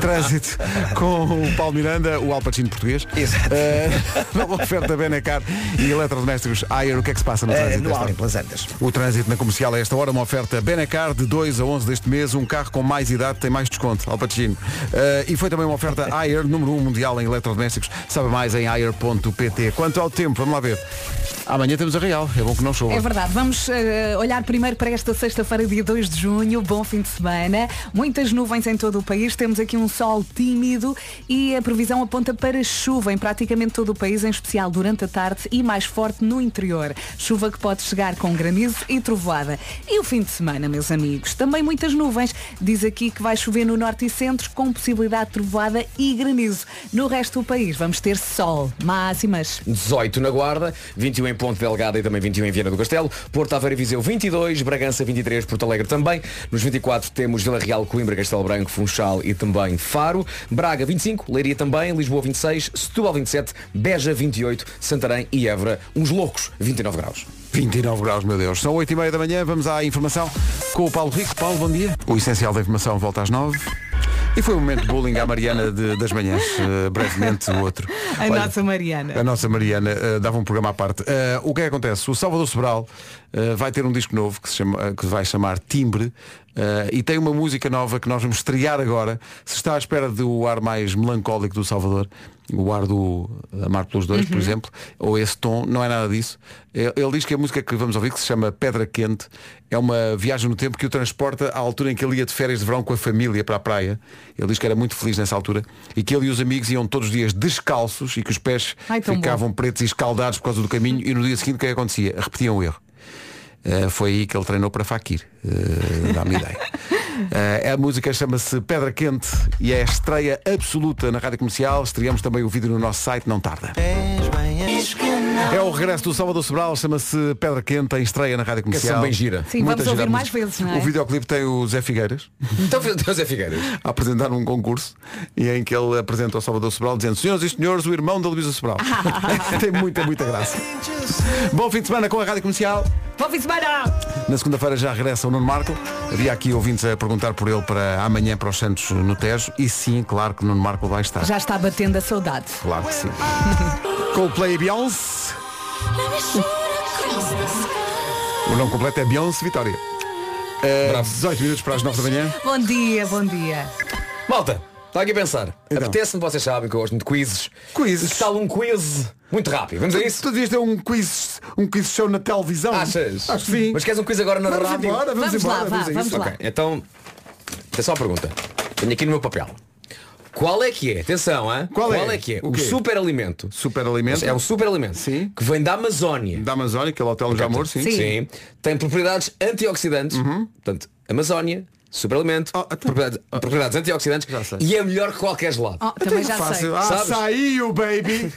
Speaker 1: trânsito com o Paulo Miranda, o Alpatino português.
Speaker 2: Exato.
Speaker 1: Eh, (laughs) Nova oferta Benacar e eletrodomésticos Ayer, o que é que se passa no
Speaker 2: Eh,
Speaker 1: trânsito?
Speaker 2: no
Speaker 1: desta
Speaker 2: Além
Speaker 1: hora?
Speaker 2: pelas Antas.
Speaker 1: O trânsito na comercial a esta hora, uma oferta Benacar de 2 a 11 deste mês. Um carro com mais idade tem mais desconto. Alpatino. e foi também uma oferta Ayer, número 1 mundial em eletrodomésticos. Sabe mais em ayer.pt. Quanto ao tempo, vamos lá ver. Amanhã temos a Real. É bom que não chova.
Speaker 3: É verdade, vamos eh, olhar primeiro para esta sexta-feira, dia 2 de junho, bom fim de semana, muitas nuvens em todo o país, temos aqui um sol tímido e a previsão aponta para chuva em praticamente todo o país, em especial durante a tarde e mais forte no interior. Chuva que pode chegar com granizo e trovoada. E o fim de semana, meus amigos, também muitas nuvens. Diz aqui que vai chover no norte e centro com possibilidade de trovoada e granizo. No resto do país vamos ter sol, máximas.
Speaker 6: 18 na Guarda, 21 em Ponte Delgada e também 21 em Viana do Castelo, Porto Aveiro e Viseu 22, Bragança 23, Porto Alegre também. Nos 24 temos Vila Real, Coimbra, Castelo Branco, Funchal e também Faro, Braga 25, Leiria também, Lisboa 26, Setúbal 27, Beja 28, Santarém e Évora, uns loucos 29 graus.
Speaker 1: 29 graus, meu Deus. São 8 e meia da manhã, vamos à informação com o Paulo Rico. Paulo, bom dia. O essencial da informação volta às 9. E foi um momento de bullying à Mariana de- das manhãs, eh, brevemente o outro.
Speaker 3: (laughs) A nossa Mariana.
Speaker 1: A nossa Mariana eh, dava um programa à parte. Eh, o que é que acontece? O Salvador Sobral eh, vai ter um disco novo que, se chama- eh, que vai chamar Timbre eh, e tem uma música nova que nós vamos estrear agora. Se está à espera do ar mais melancólico do Salvador, o ar do Amar pelos Dois, por exemplo, ou esse tom, não é nada disso. Ele, ele diz que a música que vamos ouvir, que se chama Pedra Quente, é uma viagem no tempo que o transporta à altura em que ele ia de férias de verão com a família para a praia. Ele diz que era muito feliz nessa altura e que ele e os amigos iam todos os dias descalços e que os pés
Speaker 3: Ai, tão Ah, então bom.
Speaker 1: ficavam pretos e escaldados por causa do caminho e no dia seguinte o que é que acontecia? Repetiam o erro. Eh, foi aí que ele treinou para Fakir. Eh,
Speaker 3: (laughs)
Speaker 1: Dá-me ideia. Eh, a música chama-se Pedra Quente e é a estreia absoluta na rádio comercial. Estreamos também o vídeo no nosso site, não tarda. É o regresso do Salvador Sobral, chama-se Pedra Quente, em estreia na Rádio Comercial.
Speaker 6: Canção bem gira.
Speaker 3: Sim,
Speaker 1: Muita
Speaker 3: vamos
Speaker 1: gira
Speaker 3: ouvir
Speaker 1: a
Speaker 3: mais
Speaker 1: música.
Speaker 3: vezes, não é?
Speaker 1: O videoclipe tem o Zé Figueiras
Speaker 6: Então, José Figueiras.
Speaker 1: a apresentar um concurso e em que ele apresenta o Salvador Sobral dizendo Senhoras e senhores, o irmão da Luísa
Speaker 3: (laughs)
Speaker 1: Sobral. tem muita, muita graça. Bom fim de semana com a Rádio Comercial.
Speaker 3: Bom fim de semana!
Speaker 1: Na segunda-feira já regressa o Nuno Marco. Havia aqui ouvintes a perguntar por ele para amanhã para os Santos no Tejo. E sim, claro que o Nuno Marco vai estar.
Speaker 3: Já está batendo a saudade.
Speaker 1: Claro que sim. (laughs) Coldplay e Beyoncé. O nome completo é Beyoncé Vitória. Eh, 18 minutos para as 9 da manhã.
Speaker 3: Bom dia, bom dia.
Speaker 6: Malta, está aqui a pensar.
Speaker 1: Então.
Speaker 6: Apetece-me, vocês sabem que eu gosto muito de quizzes.
Speaker 1: Quizzes.
Speaker 6: E Que tal um quiz muito rápido? Vamos a É isso?
Speaker 1: Tu devias ter um quiz, um quiz show na televisão.
Speaker 6: Achas?
Speaker 1: Acho que sim.
Speaker 6: Mas queres um quiz agora na
Speaker 1: vamos
Speaker 6: rádio?
Speaker 1: embora, vamos,
Speaker 3: Vamos
Speaker 1: embora.
Speaker 3: lá,
Speaker 1: vamos a
Speaker 3: vá,
Speaker 1: isso.
Speaker 3: vamos lá.
Speaker 6: Ok, então, atenção à pergunta. Tenho aqui no meu papel. Qual é que é? Atenção, hein?
Speaker 1: Qual é?
Speaker 6: que é?
Speaker 1: O
Speaker 6: O,
Speaker 1: quê?
Speaker 6: superalimento.
Speaker 1: Superalimento.
Speaker 6: É um superalimento
Speaker 1: Sim.
Speaker 6: que vem da Amazónia.
Speaker 1: Da Amazónia, aquele hotel de amor, sim. Uhum.
Speaker 3: Sim.
Speaker 6: Tem propriedades antioxidantes. Portanto, Amazónia, superalimento,
Speaker 1: Ah, então.
Speaker 6: propriedades, propriedades antioxidantes
Speaker 1: Já sei.
Speaker 6: e é melhor que qualquer gelado.
Speaker 3: Oh, também já
Speaker 1: Fácil.
Speaker 3: sei.
Speaker 1: Ah,
Speaker 6: Sabes?
Speaker 1: saiu, baby.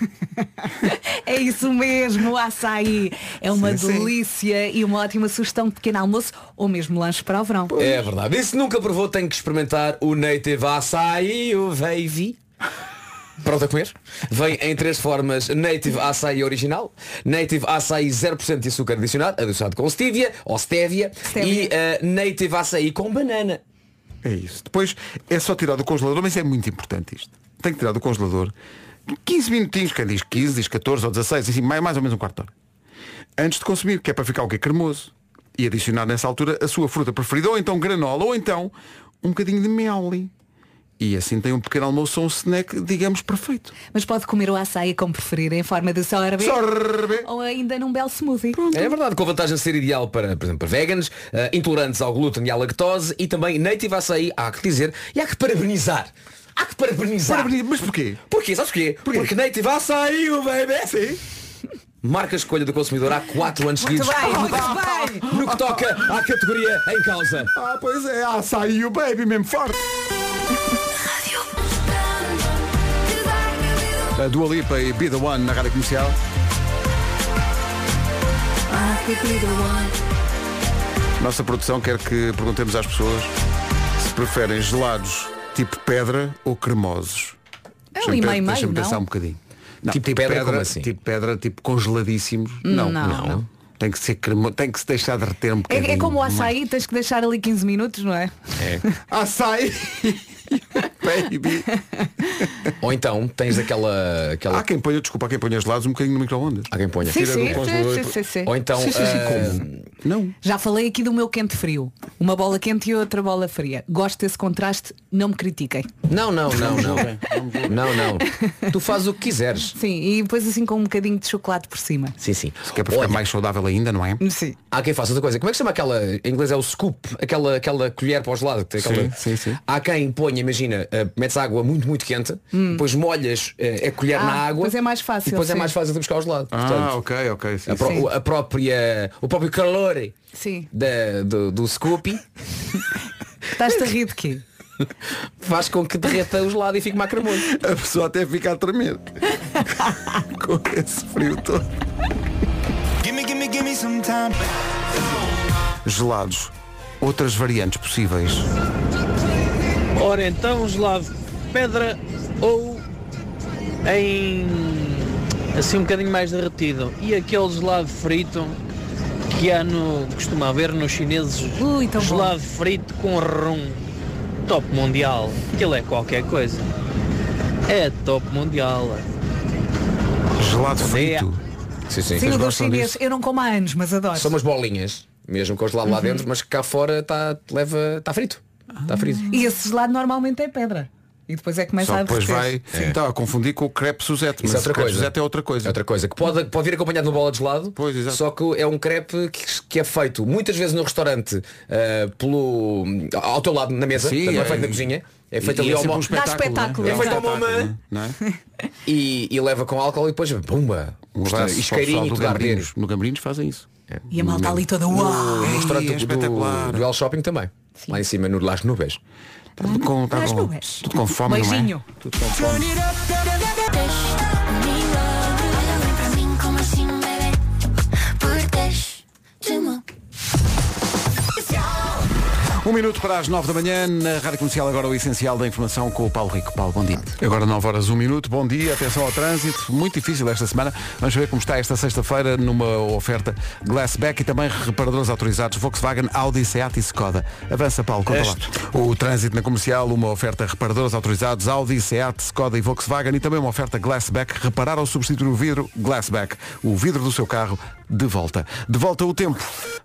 Speaker 3: É isso mesmo, o açaí. É uma
Speaker 1: Sim, sim.
Speaker 3: delícia e uma ótima sugestão de pequeno almoço ou mesmo lanche para o verão.
Speaker 6: É verdade. E se nunca provou, tem que experimentar o Native Açaí, o Baby. Pronto a comer? Vem em três formas Native Açaí original, Native Açaí 0% de açúcar adicionado, adicionado com stevia ou stevia,
Speaker 3: Stevia.
Speaker 6: e eh, Native Açaí com banana.
Speaker 1: (laughs) É isso. Depois é só tirar do congelador, mas é muito importante isto. Tem que tirar do congelador 15 minutinhos, quem diz 15, diz 14 ou 16, assim, mais, mais ou menos um quarto de hora. Antes de consumir, que é para ficar o quê? Cremoso. E adicionar nessa altura a sua fruta preferida, ou então granola, ou então um bocadinho de mealy. E assim tem um pequeno almoço ou um snack, digamos, perfeito.
Speaker 3: Mas pode comer o açaí como preferir, em forma de sorbet
Speaker 1: Sorbe.
Speaker 3: ou ainda num belo smoothie.
Speaker 6: É verdade, com a vantagem de ser ideal para, por exemplo, para veganos, eh, intolerantes ao glúten e à lactose e também Native Açaí, há que dizer, e há que parabenizar. Há que parabenizar.
Speaker 1: Parabéns, Mas porquê?
Speaker 6: Porquê? Sabes porquê? Porque Native Açaí, o Baby. é assim.
Speaker 1: Sim.
Speaker 6: marca a escolha do consumidor há 4 anos
Speaker 3: Muito
Speaker 6: seguidos
Speaker 3: bem, muito bem.
Speaker 6: no que toca à categoria em causa.
Speaker 1: Ah, pois é, ah, saiu, baby, mesmo forte. A Dua Lipa e Be The One na Rádio Comercial. Nossa produção quer que perguntemos às pessoas se preferem gelados tipo pedra ou cremosos.
Speaker 3: É um
Speaker 1: Deixa-me
Speaker 3: e
Speaker 1: pe-
Speaker 3: meio, meio,
Speaker 1: Deixa-me pensar
Speaker 3: não?
Speaker 1: um bocadinho. Não,
Speaker 6: Tipo pedra, como assim?
Speaker 1: Tipo pedra, tipo congeladíssimos. Não, não.
Speaker 3: não, não.
Speaker 1: Tem que ser cremo, tem que se deixar derreter um bocadinho.
Speaker 3: É, é como o
Speaker 1: mais.
Speaker 3: açaí, tens que deixar ali 15 minutos, não é?
Speaker 1: Açaí! (laughs) Baby!
Speaker 6: Ou então tens aquela. aquela...
Speaker 1: Há quem ponha, desculpa, há quem ponha gelados um bocadinho no microondas.
Speaker 6: Há quem ponha.
Speaker 3: Sim,
Speaker 1: Tira do
Speaker 3: sim,
Speaker 1: congelador
Speaker 3: sim,
Speaker 1: e-
Speaker 3: sim, sim.
Speaker 6: Ou então.
Speaker 1: Sim, sim, sim,
Speaker 6: ah,
Speaker 1: como? Não.
Speaker 3: Já falei aqui do meu quente frio. Uma bola quente e outra bola fria. Gosto desse contraste, não me critiquem.
Speaker 6: Não, não, não, não. Não, não. Tu fazes o que quiseres.
Speaker 3: Sim, e depois assim com um bocadinho de chocolate por cima.
Speaker 6: Sim, sim.
Speaker 1: Que é para ficar
Speaker 6: Olha,
Speaker 1: mais saudável ainda, não é?
Speaker 3: Sim.
Speaker 6: Há quem faça outra coisa. Como é que se chama aquela, em inglês é o scoop, aquela, aquela colher para os lados. que tem Aquela...
Speaker 1: Sim, sim, sim.
Speaker 6: Há quem ponha, imagina, eh, metes água muito, muito quente, depois molhas eh, a colher
Speaker 3: Ah,
Speaker 6: na água.
Speaker 3: depois é mais fácil,
Speaker 6: E depois
Speaker 3: sim.
Speaker 6: é mais fácil de buscar aos lados. Portanto,
Speaker 1: Ah, ok, ok.
Speaker 6: a,
Speaker 1: Sim,
Speaker 6: pró-
Speaker 1: sim.
Speaker 6: a própria, o próprio calor
Speaker 3: Sim.
Speaker 6: da- do, do Scoopy
Speaker 3: Estás-te a rir de quê?
Speaker 6: faz com que derreta os lados e fique mais cremoso.
Speaker 1: A pessoa até fica a
Speaker 6: (laughs)
Speaker 1: tremer. Com esse frio todo. Gelados. Outras variantes possíveis.
Speaker 8: Ora então, gelado de pedra ou em assim um bocadinho mais derretido. E aquele gelado frito que há no. costuma haver nos chineses.
Speaker 3: Ui, tão bom.
Speaker 8: gelado frito com rum. Top mundial. Aquilo é qualquer coisa. É top mundial.
Speaker 1: Gelado
Speaker 8: dia.
Speaker 1: frito.
Speaker 6: Sim, sim.
Speaker 3: Sim, o dos
Speaker 1: gostam
Speaker 3: chinês, eu não como há anos, mas adoro.
Speaker 6: São umas bolinhas, mesmo com os lados lá dentro, mas que cá fora está leva, tá frito. Está frito.
Speaker 3: E esse gelado normalmente é pedra. E depois é que começa
Speaker 1: Só
Speaker 3: a
Speaker 1: depois vai.
Speaker 3: derreter.
Speaker 1: Estava a confundir com o crepe Suzette. Mas
Speaker 6: Isso é outra
Speaker 1: o crepe
Speaker 6: coisa.
Speaker 1: Suzette é outra coisa.
Speaker 6: É outra coisa. Que pode, pode vir acompanhado de uma bola de gelado.
Speaker 1: Pois, exato.
Speaker 6: Só que é um crepe que, que é feito muitas vezes no restaurante ah, pelo, ao teu lado, na mesa.
Speaker 1: Sim,
Speaker 6: Portanto, não é,
Speaker 1: é-
Speaker 6: feito na cozinha. É feito
Speaker 1: E-
Speaker 6: ali
Speaker 1: e é
Speaker 6: ao
Speaker 1: sempre
Speaker 6: mo-
Speaker 1: um não
Speaker 3: espetáculo,
Speaker 1: é?
Speaker 3: é
Speaker 1: um
Speaker 6: feito ao
Speaker 1: espetáculo,
Speaker 6: mamã.
Speaker 1: Não é?
Speaker 6: e, e leva com álcool e depois pumba.
Speaker 1: Um abraço para o pessoal
Speaker 6: Isqueirinho e
Speaker 1: do
Speaker 6: tudo a arder.
Speaker 1: Gambrinhos. No Gambrinhos fazem isso.
Speaker 3: E a malta ali toda, uau!
Speaker 6: O
Speaker 1: Ei,
Speaker 6: restaurante
Speaker 1: é
Speaker 6: do,
Speaker 1: espetacular.
Speaker 6: do, do El Shopping também. Lá em cima, no Las Nubes.
Speaker 1: Tá tudo com, tá
Speaker 3: Mas
Speaker 1: com-
Speaker 3: não és.
Speaker 1: tudo com fome,
Speaker 3: Beijinho.
Speaker 1: não é? Tudo com fome.
Speaker 7: Deixa um milagre. Olha bem pra mim como assim, bebê.
Speaker 1: Um minuto para as 9 da manhã, na Rádio Comercial agora o essencial da informação com o Paulo Rico. Paulo, bom dia. Agora 9 horas, 1 minuto, bom dia, atenção ao trânsito, muito difícil esta semana. Vamos ver como está esta sexta-feira numa oferta Glassback e também reparadores autorizados Volkswagen, Audi, Seat e Skoda. Avança, Paulo, conta lá. O trânsito na comercial, uma oferta reparadores autorizados Audi, Seat, Skoda e Volkswagen e também uma oferta Glassback, reparar ou substituir o vidro Glassback, o vidro do seu carro de volta. De volta o tempo,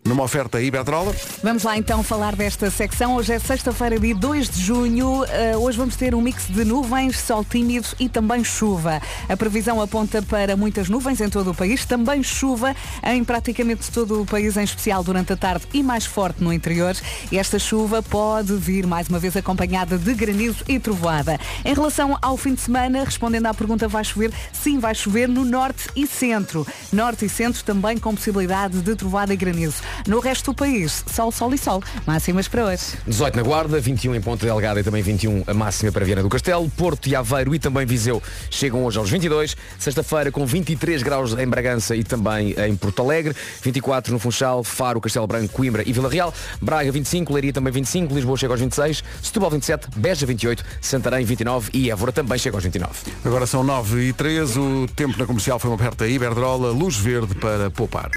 Speaker 1: numa oferta Iberdrola.
Speaker 3: Vamos lá então falar desta secção. Hoje é sexta-feira, dia 2 de junho. Eh, hoje vamos ter um mix de nuvens, sol tímido e também chuva. A previsão aponta para muitas nuvens em todo o país, também chuva em praticamente todo o país, em especial durante a tarde e mais forte no interior. E esta chuva pode vir mais uma vez acompanhada de granizo e trovoada. Em relação ao fim de semana, respondendo à pergunta vai chover, sim, vai chover no norte e centro. Norte e centro também com possibilidade de trovada e granizo. No resto do país, sol, sol e sol. Máximas para hoje.
Speaker 6: 18 na Guarda, 21 em Ponta Delgada e também 21 a máxima para Viana do Castelo. Porto e Aveiro e também Viseu chegam hoje aos 22. Sexta-feira com 23 graus em Bragança e também em Porto Alegre. 24 no Funchal, Faro, Castelo Branco, Coimbra e Vila Real. Braga 25, Leiria também 25, Lisboa chega aos 26, Setúbal 27, Beja 28, Santarém 29 e Évora também chega aos 29.
Speaker 1: Agora são 9 e 3, o tempo na comercial foi uma oferta Iberdrola, luz verde para poupar.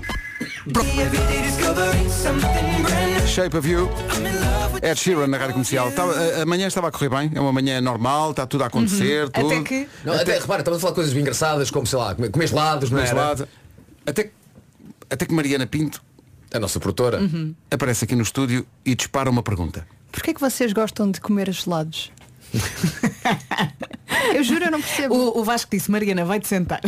Speaker 1: Shape of You, Ed Sheeran na rádio comercial. Estava- a- amanhã estava a correr bem, é uma manhã normal, está tudo a acontecer. tudo.
Speaker 3: Uhum. Até que.
Speaker 6: Não, até, repara, estamos a falar de coisas engraçadas, como sei lá, comer, comer gelados, não é?
Speaker 1: Mas
Speaker 6: era?
Speaker 1: lá, até, que- até que Mariana Pinto
Speaker 6: A nossa produtora.
Speaker 1: Uhum.
Speaker 3: Uhum.
Speaker 1: aparece aqui no estúdio e dispara uma pergunta.
Speaker 9: Porquê é que vocês gostam de comer gelados? eu juro, eu não
Speaker 3: (laughs)
Speaker 9: percebo.
Speaker 3: O, o Vasco disse, Mariana, vai-te sentar.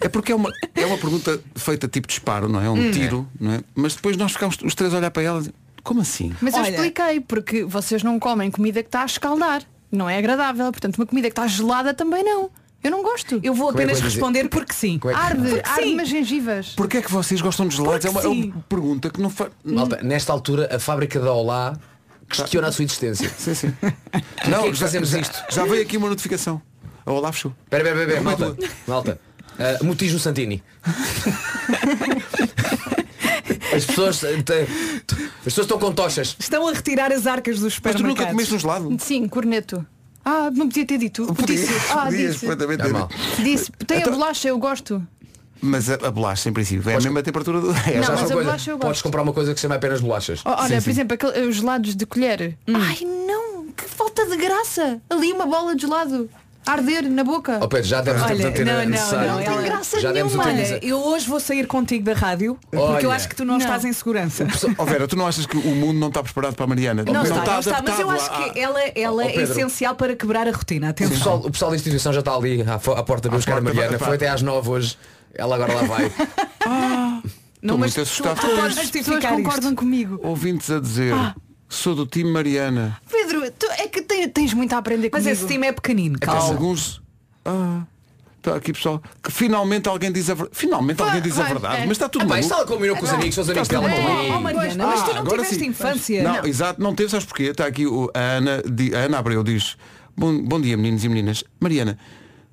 Speaker 1: É porque é uma, é uma pergunta feita tipo disparo, não é?
Speaker 3: Uhum.
Speaker 1: Um tiro, não é? Mas depois nós ficamos os três a olhar para ela e dizer, como assim?
Speaker 9: (laughs) Mas
Speaker 3: Olha-
Speaker 9: eu expliquei, porque vocês não comem comida que está a escaldar. Não é agradável. Portanto, uma comida que está gelada também não. Eu não gosto.
Speaker 3: Eu vou
Speaker 6: Como é que
Speaker 3: apenas
Speaker 6: vou dizer?
Speaker 3: responder porque sim.
Speaker 6: Como é que-
Speaker 9: Arde,
Speaker 3: Porque
Speaker 9: arde
Speaker 3: sim.
Speaker 9: umas gengivas.
Speaker 1: Porquê é que vocês gostam de gelados? É uma, é uma
Speaker 3: Porque sim.
Speaker 1: pergunta que não faz.
Speaker 6: Malta, nesta altura a fábrica da Olá questiona a sua existência.
Speaker 1: Sim, (laughs) sim.
Speaker 6: Porquê que fazemos
Speaker 1: já,
Speaker 6: isto?
Speaker 1: Já veio aqui uma notificação. A Olá fechou.
Speaker 6: Espera, espera, espera, malta. Malta. Uh, Mutismo Santini. As pessoas, eh, têm- as pessoas estão com tochas.
Speaker 3: Estão a retirar as arcas dos
Speaker 1: Mas tu nunca
Speaker 3: supermercados.
Speaker 1: comeste um gelado?
Speaker 3: (laughs)
Speaker 9: Sim, corneto. Ah, não podia ter dito. disse. Ah,
Speaker 1: podias
Speaker 9: disse.
Speaker 1: perfeitamente
Speaker 6: É
Speaker 1: ter-
Speaker 6: mal.
Speaker 9: Disse, tem
Speaker 1: Então-
Speaker 9: a bolacha, eu gosto.
Speaker 1: Mas a, a bolacha, em princípio, é a
Speaker 6: Podes-
Speaker 1: mesma temperatura do. (laughs) É,
Speaker 9: Não,
Speaker 1: já
Speaker 9: mas
Speaker 1: são
Speaker 9: a
Speaker 1: coisas.
Speaker 9: bolacha eu gosto.
Speaker 6: Podes comprar uma coisa que se chama apenas bolachas.
Speaker 9: Oh, olha, por exemplo, aquele- os gelados de colher.
Speaker 3: Hum.
Speaker 9: Ai não, que falta de graça. Ali uma bola de gelado. a Arder na boca.
Speaker 6: Oh, Pedro, já demos o tempo
Speaker 3: Olha,
Speaker 6: de ter
Speaker 3: não, não, não,
Speaker 9: não tem graça
Speaker 6: já demos o
Speaker 9: nenhuma.
Speaker 6: tempo
Speaker 3: Olha,
Speaker 6: de
Speaker 3: eu hoje vou sair contigo da rádio porque
Speaker 6: Olha.
Speaker 3: eu acho que tu não, estás em segurança.
Speaker 1: Oh, Vera, tu não achas que o mundo não está preparado para a Mariana?
Speaker 3: Não, está, não está,
Speaker 1: adaptado
Speaker 3: mas eu acho
Speaker 1: à-
Speaker 3: que ela, ela
Speaker 6: Oh,
Speaker 3: é
Speaker 6: Pedro.
Speaker 3: essencial para quebrar a rotina.
Speaker 6: O
Speaker 3: Atenção.
Speaker 6: pessoal, o pessoal da instituição já está ali à, fo- à porta para buscar a
Speaker 1: porta,
Speaker 6: Mariana.
Speaker 1: pá.
Speaker 6: Foi até às nove hoje. Ela agora lá vai.
Speaker 3: Não,
Speaker 1: Estou
Speaker 3: mas
Speaker 1: muito
Speaker 3: tu,
Speaker 1: assustado
Speaker 3: tu
Speaker 1: com
Speaker 3: podes
Speaker 1: isto.
Speaker 9: As pessoas
Speaker 3: justificar
Speaker 9: concordam
Speaker 3: isto.
Speaker 9: comigo.
Speaker 1: Ouvintes a dizer, sou do time Mariana.
Speaker 9: Pedro, tu é que te- tens muito a aprender
Speaker 3: Mas
Speaker 9: comigo.
Speaker 3: esse time é pequenino,
Speaker 1: Há
Speaker 3: calma.
Speaker 1: alguns. Ah, está aqui pessoal. Que finalmente alguém diz a verdade. Finalmente alguém diz a
Speaker 9: vai,
Speaker 1: verdade.
Speaker 9: é.
Speaker 1: Mas está tudo
Speaker 6: Ah, pá,
Speaker 1: maluco.
Speaker 6: isto ela combinou com os amigos, são os
Speaker 9: tá
Speaker 6: amigos dela.
Speaker 3: Oh, Mariana, mas tu
Speaker 1: Ah,
Speaker 3: não
Speaker 1: agora
Speaker 3: tiveste
Speaker 1: sim.
Speaker 3: infância.
Speaker 1: Não, exato, não teve, sabes porquê? Está aqui o, a Ana, di- a Ana Abreu diz, bom, bom dia meninos e meninas. Mariana,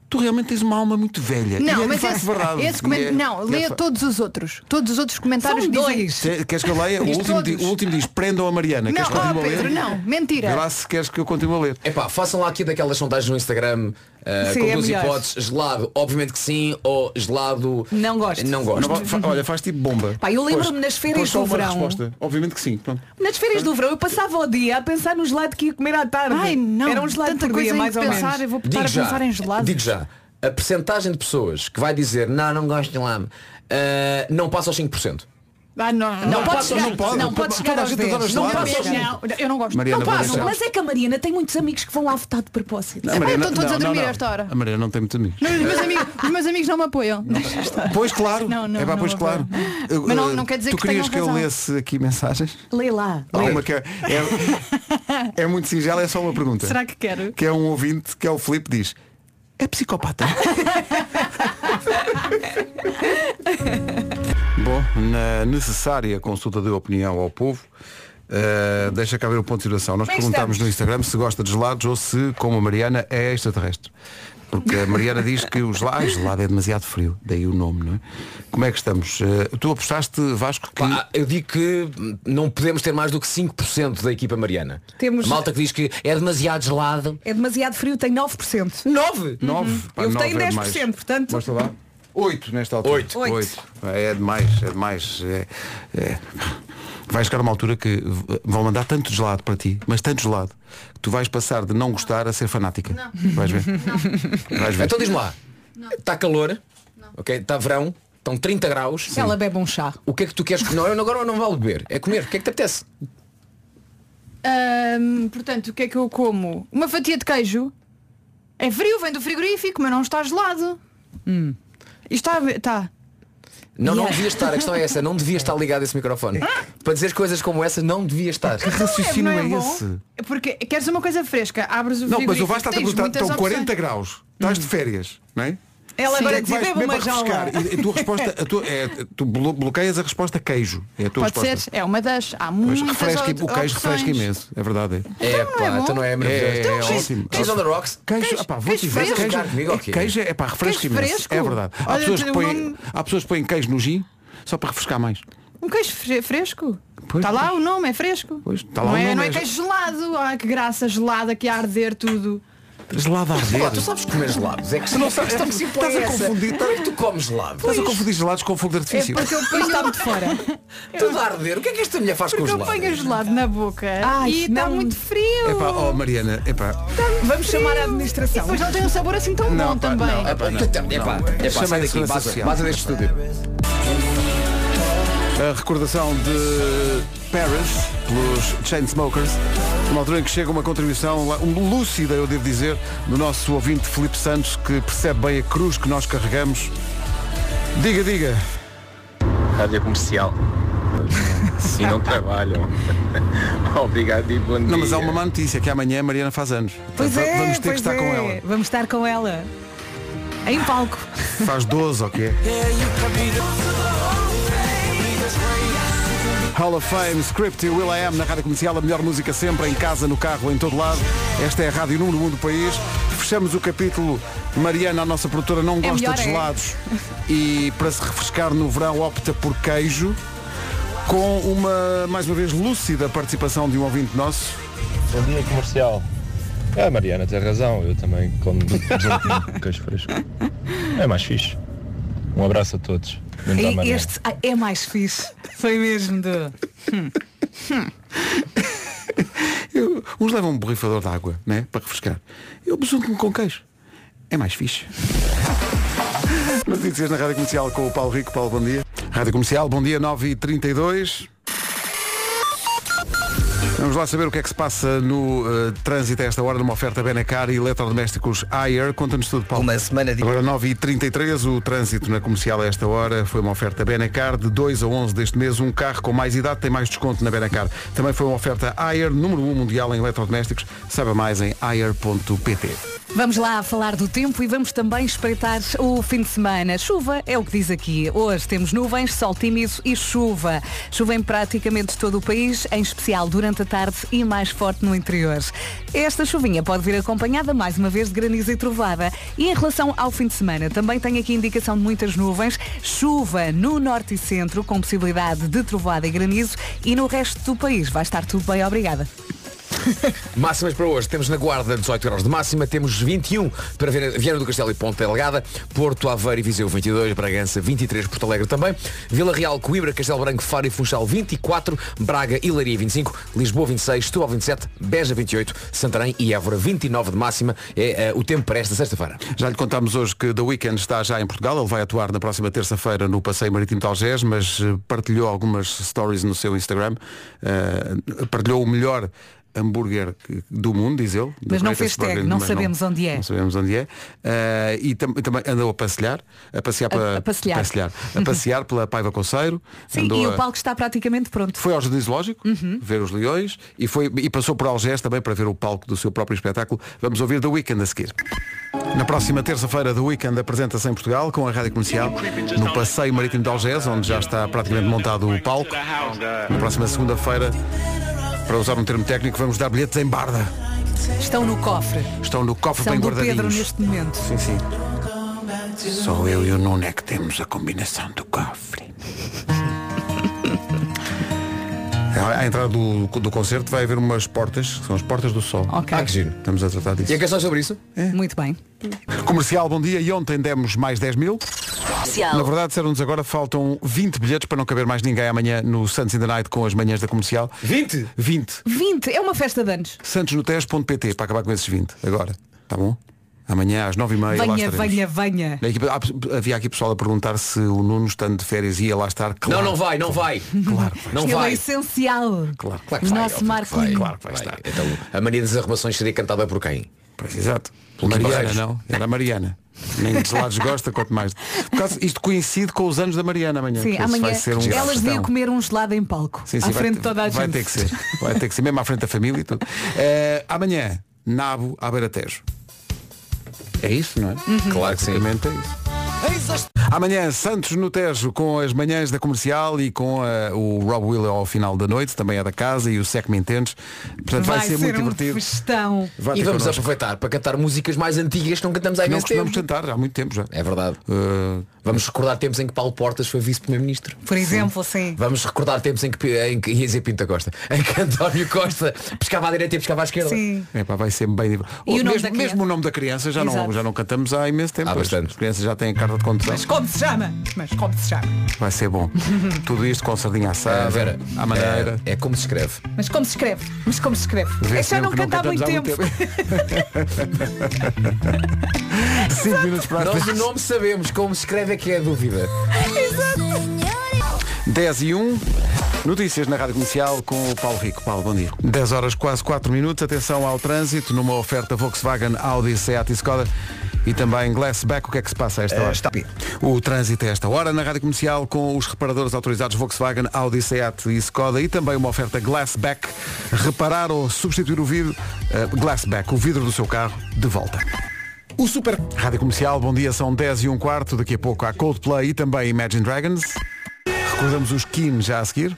Speaker 1: tu realmente tens uma alma muito velha. e é
Speaker 9: Não,
Speaker 1: de
Speaker 9: mas
Speaker 1: facto
Speaker 9: esse,
Speaker 1: verdade.
Speaker 9: esse comen-
Speaker 1: E é- e
Speaker 9: Não,
Speaker 1: é de
Speaker 9: leia
Speaker 1: facto-
Speaker 9: todos os outros. Todos os outros comentários
Speaker 3: São
Speaker 9: dizem-
Speaker 3: dois.
Speaker 1: Se- Queres que eu leia? O
Speaker 9: Diz
Speaker 1: último, di-
Speaker 9: todos.
Speaker 1: o último diz, prendam a Mariana.
Speaker 9: Não,
Speaker 1: queres que eu
Speaker 9: oh,
Speaker 1: continue a ler?
Speaker 9: Pedro, não.
Speaker 1: Vê
Speaker 9: Mentira.
Speaker 1: lá se queres que eu continue a ler.
Speaker 6: Epá, façam lá aqui daquelas sondagens no Instagram eh,
Speaker 3: Sim,
Speaker 6: com
Speaker 3: é
Speaker 6: duas
Speaker 3: melhor.
Speaker 6: hipóteses, gelado, obviamente que sim, ou gelado
Speaker 3: Não gosto.
Speaker 6: Não
Speaker 1: Não
Speaker 6: gosto.
Speaker 1: va- fa- olha, faz tipo bomba.
Speaker 3: Pá, eu lembro-me
Speaker 1: Pois,
Speaker 3: nas férias
Speaker 1: pois só
Speaker 3: do
Speaker 1: uma
Speaker 3: verão.
Speaker 1: resposta. Obviamente que sim. Pronto.
Speaker 3: Nas férias do verão eu passava o dia a pensar no gelado que ia comer à tarde.
Speaker 9: Ai não,
Speaker 3: Era um gelado
Speaker 9: tanta
Speaker 3: por
Speaker 9: coisa
Speaker 3: dia,
Speaker 9: em
Speaker 3: mais ou
Speaker 9: pensar,
Speaker 3: menos.
Speaker 9: eu vou estar
Speaker 6: Digo
Speaker 9: a
Speaker 6: já,
Speaker 9: pensar em gelado.
Speaker 6: digo já, a percentagem de pessoas que vai dizer não, não gosto de lame, eh, não passa aos 5%.
Speaker 9: Ah, não,
Speaker 6: Não pode
Speaker 3: chegar-
Speaker 6: não pode.
Speaker 3: não pode
Speaker 1: Toda
Speaker 3: chegar
Speaker 1: a
Speaker 3: aos
Speaker 1: gente adora
Speaker 3: 10.
Speaker 1: gelado.
Speaker 9: Não,
Speaker 6: passa.
Speaker 9: não, não, eu não gosto.
Speaker 1: Mariana,
Speaker 9: não
Speaker 1: vou
Speaker 9: passa.
Speaker 1: deixar.
Speaker 3: Mas é que a Mariana tem muitos amigos que vão lá votar de propósito.
Speaker 1: A Mariana-
Speaker 9: Então estão todos
Speaker 1: não,
Speaker 9: a dormir
Speaker 1: não, não.
Speaker 9: a esta hora.
Speaker 1: A Mariana não tem muito amigos.
Speaker 9: Não, os, meus amigos, os meus amigos não me apoiam. Deixa estar.
Speaker 1: Pois claro.
Speaker 9: Não, não,
Speaker 1: é pá,
Speaker 9: não,
Speaker 1: pois
Speaker 9: não.
Speaker 1: claro. Eu,
Speaker 9: Mas não-
Speaker 1: eh,
Speaker 9: não quer dizer
Speaker 1: tu
Speaker 9: que
Speaker 1: querias
Speaker 9: tenham
Speaker 1: que eu
Speaker 9: razão.
Speaker 1: lesse aqui mensagens?
Speaker 3: Lê lá.
Speaker 1: Há uma que é,
Speaker 3: (laughs)
Speaker 1: é, é muito singela, é só uma pergunta.
Speaker 9: Será que quero?
Speaker 1: Que é um ouvinte, que é o Filipe, diz. É
Speaker 3: (laughs)
Speaker 1: psicopata. Bom, na necessária consulta de opinião ao povo, eh, deixa cá ver o ponto de situação. Nós
Speaker 3: Bem,
Speaker 1: perguntámos
Speaker 3: estamos.
Speaker 1: no Instagram se gosta de gelados ou se, como a Mariana, é extraterrestre. Porque a Mariana diz que o gelado, ah, gelado é demasiado frio, daí o nome, não é? Como é que estamos? Eh, tu apostaste, Vasco, que
Speaker 6: Pá, eu digo que hum, não podemos ter mais do que 5% da equipa mariana.
Speaker 3: Temos-
Speaker 6: A malta que diz que é demasiado gelado.
Speaker 3: É demasiado frio, tem 9%.
Speaker 6: 9!
Speaker 1: 9,
Speaker 3: Eu
Speaker 1: é
Speaker 3: tenho 10%, portanto-
Speaker 1: Mostra lá. 8 nesta altura.
Speaker 6: Oito.
Speaker 3: Oito.
Speaker 1: Oito. É demais, é demais. É, é. Vai chegar uma altura que v- vão mandar tanto gelado para ti, mas tanto gelado, que tu vais passar de não gostar a ser fanática. Vais ver? Vais ver.
Speaker 6: Então diz-me lá, está calor, ok? Está verão, estão 30 graus.
Speaker 3: Ela bebe um chá.
Speaker 6: O que é que tu queres comer? Não, eu agora não vale beber. É comer. O que é que te apetece?
Speaker 9: Ahm, portanto, o que é que eu como? Uma fatia de queijo. É frio, vem do frigorífico, mas não está gelado.
Speaker 1: Hum.
Speaker 9: E está. a ver- tá.
Speaker 6: Não, não
Speaker 3: Yeah.
Speaker 6: devia estar. A questão é essa. Não devia estar ligado a esse microfone. Para dizer coisas como essa, não devia estar.
Speaker 1: raciocínio é
Speaker 9: bom?
Speaker 1: esse?
Speaker 9: Porque queres uma coisa fresca, abres o
Speaker 1: Não, mas
Speaker 9: frigorífico.
Speaker 1: o Vasco está a
Speaker 9: tens
Speaker 1: perguntar,
Speaker 9: muitas
Speaker 1: estão 40
Speaker 9: opções.
Speaker 1: graus, estás de férias, não é?
Speaker 3: Ela
Speaker 1: O que é
Speaker 3: agora
Speaker 1: que
Speaker 3: diz,
Speaker 1: vais
Speaker 3: bebe
Speaker 1: comer
Speaker 3: uma
Speaker 1: para refrescar?
Speaker 3: jaula.
Speaker 1: E a tua resposta, a tua, é, tu blo- bloqueias a resposta queijo. É a tua
Speaker 9: Pode
Speaker 1: resposta.
Speaker 9: ser, é uma das. Há
Speaker 1: Mas
Speaker 9: muitas
Speaker 1: refresca,
Speaker 9: out-
Speaker 1: o queijo
Speaker 9: opções.
Speaker 1: refresca imenso, é verdade. é.
Speaker 6: É
Speaker 9: não é
Speaker 6: pá,
Speaker 9: bom?
Speaker 6: então não é
Speaker 1: É,
Speaker 6: maravilhoso.
Speaker 1: é
Speaker 6: Cheese-
Speaker 1: ótimo.
Speaker 6: Cheese on the rocks.
Speaker 1: Queijo,
Speaker 9: Queijo-
Speaker 1: ah pá, vou
Speaker 9: queijo
Speaker 1: te dizer,
Speaker 9: fresco.
Speaker 1: queijo,
Speaker 6: Ficar comigo, ok.
Speaker 1: queijo é pá, refresca
Speaker 9: Queijo
Speaker 1: imenso.
Speaker 9: fresco?
Speaker 1: É verdade. Há,
Speaker 9: Olha,
Speaker 1: pessoas que
Speaker 9: tem
Speaker 1: põem,
Speaker 9: um nome-
Speaker 1: há pessoas que põem queijo no gin só para refrescar mais.
Speaker 9: Um queijo fre- fresco.
Speaker 1: Pois,
Speaker 9: Está lá o nome, é fresco.
Speaker 1: Pois, está lá
Speaker 9: não
Speaker 1: o
Speaker 9: é,
Speaker 1: nome,
Speaker 9: não é
Speaker 1: é-
Speaker 9: queijo gelado. Ai que graça gelada que a arder tudo.
Speaker 1: Gelado a
Speaker 6: Pá,
Speaker 1: arder.
Speaker 6: tu sabes comer gelados. É que
Speaker 1: não sabes-
Speaker 6: a questão
Speaker 1: estás a
Speaker 6: simples é essa.
Speaker 1: confundir,
Speaker 6: Como é que tu comes gelado?
Speaker 1: Estás a confundir gelados com fogo de artifício.
Speaker 9: É
Speaker 3: Porque eu depois
Speaker 1: tá
Speaker 3: está muito fora.
Speaker 6: Tudo a arder. O que é que esta mulher faz com
Speaker 9: (laughs) Porque eu
Speaker 6: gelado?
Speaker 9: ponho gelado na boca
Speaker 3: Ai,
Speaker 9: e está
Speaker 3: não.
Speaker 9: muito frio.
Speaker 1: É pá, oh Mariana, é
Speaker 9: Tá
Speaker 1: pá.
Speaker 3: Vamos chamar a
Speaker 9: E
Speaker 3: administração.
Speaker 9: depois não tem um sabor assim tão
Speaker 1: Não,
Speaker 9: bom
Speaker 1: pá,
Speaker 9: também.
Speaker 1: não.
Speaker 6: É pá, é
Speaker 1: Chama
Speaker 6: pá,
Speaker 1: a
Speaker 6: sai daqui,
Speaker 1: segurança
Speaker 6: vaza,
Speaker 1: social.
Speaker 6: vaza deste estúdio.
Speaker 1: A recordação de Paris pelos Chainsmokers. Uma altura em que chega uma contribuição um lúcida, eu devo dizer, do nosso ouvinte Filipe Santos, que percebe bem a cruz que nós carregamos. Diga, diga.
Speaker 5: Rádio comercial. E não trabalham. Obrigado e bom dia.
Speaker 1: Não, mas há uma má notícia, que amanhã a Mariana faz anos.
Speaker 3: Pois
Speaker 1: Portanto,
Speaker 3: é,
Speaker 1: vamos ter que
Speaker 3: pois
Speaker 1: estar
Speaker 3: é.
Speaker 1: com ela.
Speaker 3: Vamos estar com ela. Em palco.
Speaker 1: Faz 12, ok? Hall of Fame, Script e Will I Am na Rádio Comercial, a melhor música sempre, em casa, no carro, em todo lado. Esta é a Rádio Número 1 do país. Fechamos o capítulo. Mariana, a nossa produtora, não gosta
Speaker 9: melhor,
Speaker 1: de
Speaker 9: é?
Speaker 1: gelados e para se refrescar no verão opta por queijo, com uma, mais uma vez, lúcida participação de um ouvinte nosso.
Speaker 5: Bom dia comercial. É, A Mariana tem razão, eu também como (laughs) queijo fresco. É mais fixe. Um abraço a todos.
Speaker 3: E este ah, é mais fixe. Foi mesmo de.
Speaker 1: Eu- uns levam um borrifador de água, né? Para refrescar. Eu besunto-me com queijo. É mais fixe. Notícias na Rádio Comercial com o Paulo Rico. Paulo, bom dia. Rádio Comercial, bom dia, 9h32. Vamos lá saber o que é que se passa no eh, trânsito a esta hora numa oferta Benacar e eletrodomésticos Ayer. Conta-nos tudo, Paulo.
Speaker 2: Uma semana de
Speaker 1: Agora 9h33, o trânsito na comercial a esta hora foi uma oferta Benacar de 2 a 11 deste mês. Um carro com mais idade tem mais desconto na Benacar. Também foi uma oferta Ayer, número 1 mundial em eletrodomésticos. Saiba mais em ayer.pt.
Speaker 3: Vamos lá falar do tempo e vamos também espreitar o fim de semana. Chuva é o que diz aqui. Hoje temos nuvens, sol tímido e chuva. Chuva em praticamente todo o país, em especial durante a tarde e mais forte no interior. Esta chuvinha pode vir acompanhada mais uma vez de granizo e trovada. E em relação ao fim de semana, também tem aqui indicação de muitas nuvens, chuva no norte e centro, com possibilidade de trovada e granizo, e no resto do país vai estar tudo bem, obrigada.
Speaker 6: Máximas para hoje. Temos na Guarda 18 graus de máxima, temos 21 para Viana Viana do Castelo e Ponta Delgada, Porto, Aveiro e Viseu 22, Bragança 23, Porto Alegre também, Vila Real, Coimbra, Castelo Branco, Faro e Funchal 24, Braga e Leiria 25, Lisboa 26, Setúbal 27, Beja 28, Santarém e Évora 29 de máxima. É eh, o tempo para esta sexta-feira.
Speaker 1: Já lhe contámos hoje que The Weeknd está já em Portugal. Ele vai atuar na próxima terça-feira no Passeio Marítimo de Algés, mas eh, partilhou algumas stories no seu Instagram. Eh, partilhou o melhor hambúrguer que- do mundo, diz ele.
Speaker 3: Mas
Speaker 1: The
Speaker 3: não
Speaker 1: greatest
Speaker 3: fez tag,
Speaker 1: burger,
Speaker 3: não
Speaker 1: mas
Speaker 3: sabemos onde é.
Speaker 1: Não sabemos onde é. Eh, e tam- também andou a passear, a passear para
Speaker 3: a passear.
Speaker 1: a passear pela Paiva Conceiro.
Speaker 3: Sim,
Speaker 1: andou
Speaker 3: e
Speaker 1: a-
Speaker 3: o palco está praticamente pronto.
Speaker 1: foi ao Jardim Zoológico
Speaker 3: Uhum.
Speaker 1: ver os leões e, foi, e passou por Algés também para ver o palco do seu próprio espetáculo. Vamos ouvir The Weeknd a seguir. Na próxima terça-feira, The Weeknd apresenta-se em Portugal com a Rádio Comercial no Passeio Marítimo de Algés, onde já está praticamente montado o palco. Na próxima segunda-feira, para usar um termo técnico, vamos dar bilhetes em barda.
Speaker 3: Estão no cofre.
Speaker 1: Estão no cofre
Speaker 3: São
Speaker 1: bem
Speaker 3: do Pedro
Speaker 1: guardadinhos.
Speaker 3: neste momento.
Speaker 1: Sim, sim. Só eu e o Nuno é que temos a combinação do cofre. (laughs) À à entrada do, do concerto vai haver umas portas, que são as portas do sol.
Speaker 3: Ok.
Speaker 6: Ah, que giro.
Speaker 1: Estamos a tratar disso.
Speaker 6: E a canção é sobre isso?
Speaker 3: Muito bem.
Speaker 1: Comercial, bom dia. E ontem demos mais 10 mil. Na
Speaker 4: Comercial.
Speaker 1: verdade, disseram-nos agora faltam 20 bilhetes para não caber mais ninguém amanhã no Santos in the Night com as manhãs da comercial.
Speaker 6: 20?
Speaker 1: 20.
Speaker 3: 20, é uma festa de anos.
Speaker 1: santosnotejo.pt para acabar com esses 20 agora. Tá bom? Amanhã às 9h30 lá
Speaker 3: Venha,
Speaker 1: estaremos.
Speaker 3: venha, venha.
Speaker 1: Na equipa- há- havia aqui pessoal a perguntar se o Nuno estando de férias ia lá estar. Claro,
Speaker 6: Não, não vai, não vai.
Speaker 1: Claro, que vai.
Speaker 6: Não
Speaker 3: Ele é
Speaker 6: vai.
Speaker 3: essencial.
Speaker 1: claro,
Speaker 6: Claro
Speaker 1: claro.
Speaker 6: que vai,
Speaker 3: Nosso
Speaker 6: óbvio que
Speaker 3: Marco
Speaker 6: vai,
Speaker 3: Lima.
Speaker 6: Claro que vai estar. Então, a mania das arrumações seria cantada por quem?
Speaker 1: Pois, Exato.
Speaker 6: Luís
Speaker 1: Mariana,
Speaker 6: Barreiros.
Speaker 1: não? Era a Mariana. Nem dos lados gosta, quanto mais. Por causa, isto coincide com os anos da Mariana amanhã.
Speaker 3: Sim,
Speaker 1: Por isso
Speaker 3: amanhã
Speaker 1: vai ser um
Speaker 3: elas deviam
Speaker 1: festão.
Speaker 3: comer um gelado em palco.
Speaker 1: Sim,
Speaker 3: à
Speaker 1: sim, vai
Speaker 3: frente
Speaker 1: ter-
Speaker 3: de toda a
Speaker 1: Vai
Speaker 3: gente.
Speaker 1: ter
Speaker 3: (laughs)
Speaker 1: que ser. Vai ter que ser, mesmo à frente da família e tudo. Eh, amanhã, Nabo à beira Tejo. É isso, não é?
Speaker 3: Uhum.
Speaker 6: Claro que sim.
Speaker 1: Basicamente é isso. Amanhã, Santos no Tejo, com as manhãs da comercial e com eh, o Rob Willow ao final da noite, também é da casa, e o Sec Me Entendes. Portanto, vai, ser, muito
Speaker 3: um
Speaker 1: divertido.
Speaker 3: festão.
Speaker 1: Vai
Speaker 6: E
Speaker 1: ter
Speaker 6: vamos
Speaker 1: connosco.
Speaker 6: aproveitar para cantar músicas mais antigas que não cantamos há
Speaker 1: Não
Speaker 6: imenso
Speaker 1: costumamos
Speaker 6: tempo.
Speaker 1: cantar há muito tempo já.
Speaker 6: É verdade.
Speaker 1: Eh,
Speaker 6: Vamos recordar tempos em que Paulo Portas foi vice-primeiro-ministro.
Speaker 3: Por exemplo, sim.
Speaker 6: Vamos recordar tempos em que, em que ia dizer Pinta Costa. (laughs) Em que António Costa pescava à direita e pescava à esquerda.
Speaker 3: Sim.
Speaker 1: Epá, vai ser bem divertido.
Speaker 3: E o nome
Speaker 1: mesmo,
Speaker 3: da criança?
Speaker 1: mesmo o nome da criança já não,
Speaker 3: Exato.
Speaker 1: já não cantamos há imenso tempo.
Speaker 6: Há
Speaker 1: As-
Speaker 6: bastante.
Speaker 1: As crianças já têm carta de condução.
Speaker 3: Mas como se chama? Mas como se chama?
Speaker 1: Vai ser bom. Tudo isto com sardinha assada,
Speaker 6: Ah, Vera,
Speaker 1: à maneira.
Speaker 6: É, é como se escreve.
Speaker 3: Mas como se escreve? Mas como se escreve? É que já não canta há muito tempo.
Speaker 1: 5 minutos para as
Speaker 6: Nós o nome sabemos, como se escreve é que é a dúvida.
Speaker 1: 10 e 1. Notícias na Rádio Comercial com o Paulo Rico. Paulo, bom dia. 10 horas, quase 4 minutos. Atenção ao trânsito numa oferta Volkswagen, Audi, Seat e Skoda. E também Glassback, o que é que se passa a esta hora?
Speaker 2: Eh, está-
Speaker 1: O trânsito a esta hora na Rádio Comercial com os reparadores autorizados Volkswagen, Audi, Seat e Skoda e também uma oferta Glassback. Reparar ou substituir o vidro eh, Glassback, o vidro do seu carro, de volta. O Super Rádio Comercial, bom dia, são 10 e um quarto, daqui a pouco há Coldplay e também Imagine Dragons. Recordamos os Kim já a seguir.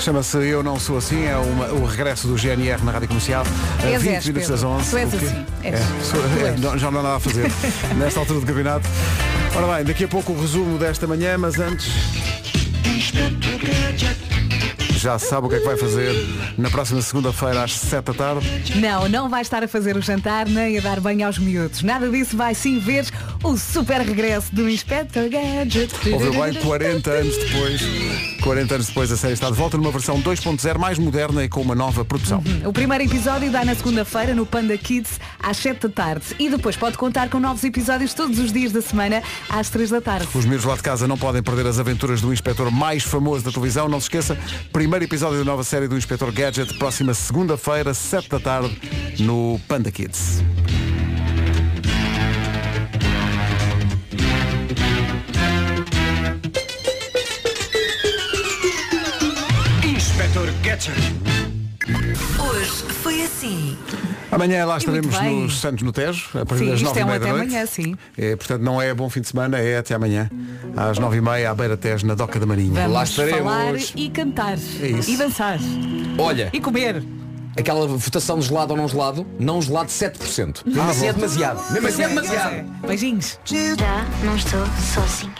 Speaker 1: Chama-se Eu Não Sou Assim, é uma- o regresso do GNR na Rádio Comercial. a
Speaker 3: És,
Speaker 1: 20
Speaker 3: és,
Speaker 1: minutos
Speaker 3: Pedro.
Speaker 1: das 11.
Speaker 3: Tu és
Speaker 1: o quê?
Speaker 3: assim, és.
Speaker 1: É, sou-
Speaker 3: Tu
Speaker 1: é,
Speaker 3: és.
Speaker 1: não- já não há nada a fazer
Speaker 3: (laughs)
Speaker 1: nesta altura do campeonato. Ora bem, daqui a pouco o resumo desta manhã, mas antes. Já sabe o que é que vai fazer na próxima segunda-feira às 7 da tarde.
Speaker 3: Não, não vai estar a fazer o jantar nem a dar banho aos miúdos. Nada disso vai sim ver o super regresso do Inspector Gadget.
Speaker 1: Ouviu bem, 40 anos depois. 40 anos depois a série está de volta numa versão 2.0 mais moderna e com uma nova produção.
Speaker 3: O primeiro episódio dá na segunda-feira no Panda Kids às 7 da tarde. E depois pode contar com novos episódios todos os dias da semana às 3 da tarde.
Speaker 1: Os miúdos lá de casa não podem perder as aventuras do inspetor mais famoso da televisão. Não se esqueça, primeiro episódio da nova série do Inspetor Gadget, próxima segunda-feira, 7 da tarde, no Panda Kids.
Speaker 4: Hoje foi assim.
Speaker 1: Amanhã lá estaremos
Speaker 3: muito bem.
Speaker 1: nos Santos no Tejo, a partir
Speaker 3: Sim,
Speaker 1: das
Speaker 3: isto
Speaker 1: 9
Speaker 3: é
Speaker 1: e
Speaker 3: um
Speaker 1: meia da
Speaker 3: até
Speaker 1: noite.
Speaker 3: amanhã, sim.
Speaker 1: É, portanto, não é bom fim de semana, é até amanhã, às 9 e meia, à beira Tejo, na Doca da Marinha.
Speaker 3: Vamos
Speaker 6: Lá estaremos.
Speaker 3: falar e cantar.
Speaker 1: É isso.
Speaker 3: E dançar.
Speaker 6: Olha,
Speaker 3: E comer.
Speaker 6: aquela votação de gelado ou não gelado, não gelado
Speaker 1: Ah,
Speaker 6: 7%. Mesmo assim é demasiado. Mesmo assim é demasiado.
Speaker 3: Beijinhos.
Speaker 7: Já não estou sozinha.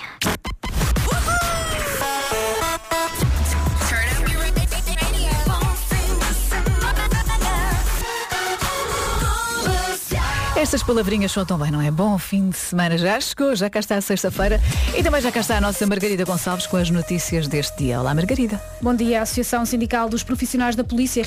Speaker 10: Estas palavrinhas são tão bem, não é? Bom fim de semana já chegou, já cá está a sexta-feira e também já cá está a nossa Margarida Gonçalves com as notícias deste dia. Olá, Margarida.
Speaker 11: Bom dia. A Associação Sindical dos Profissionais da Polícia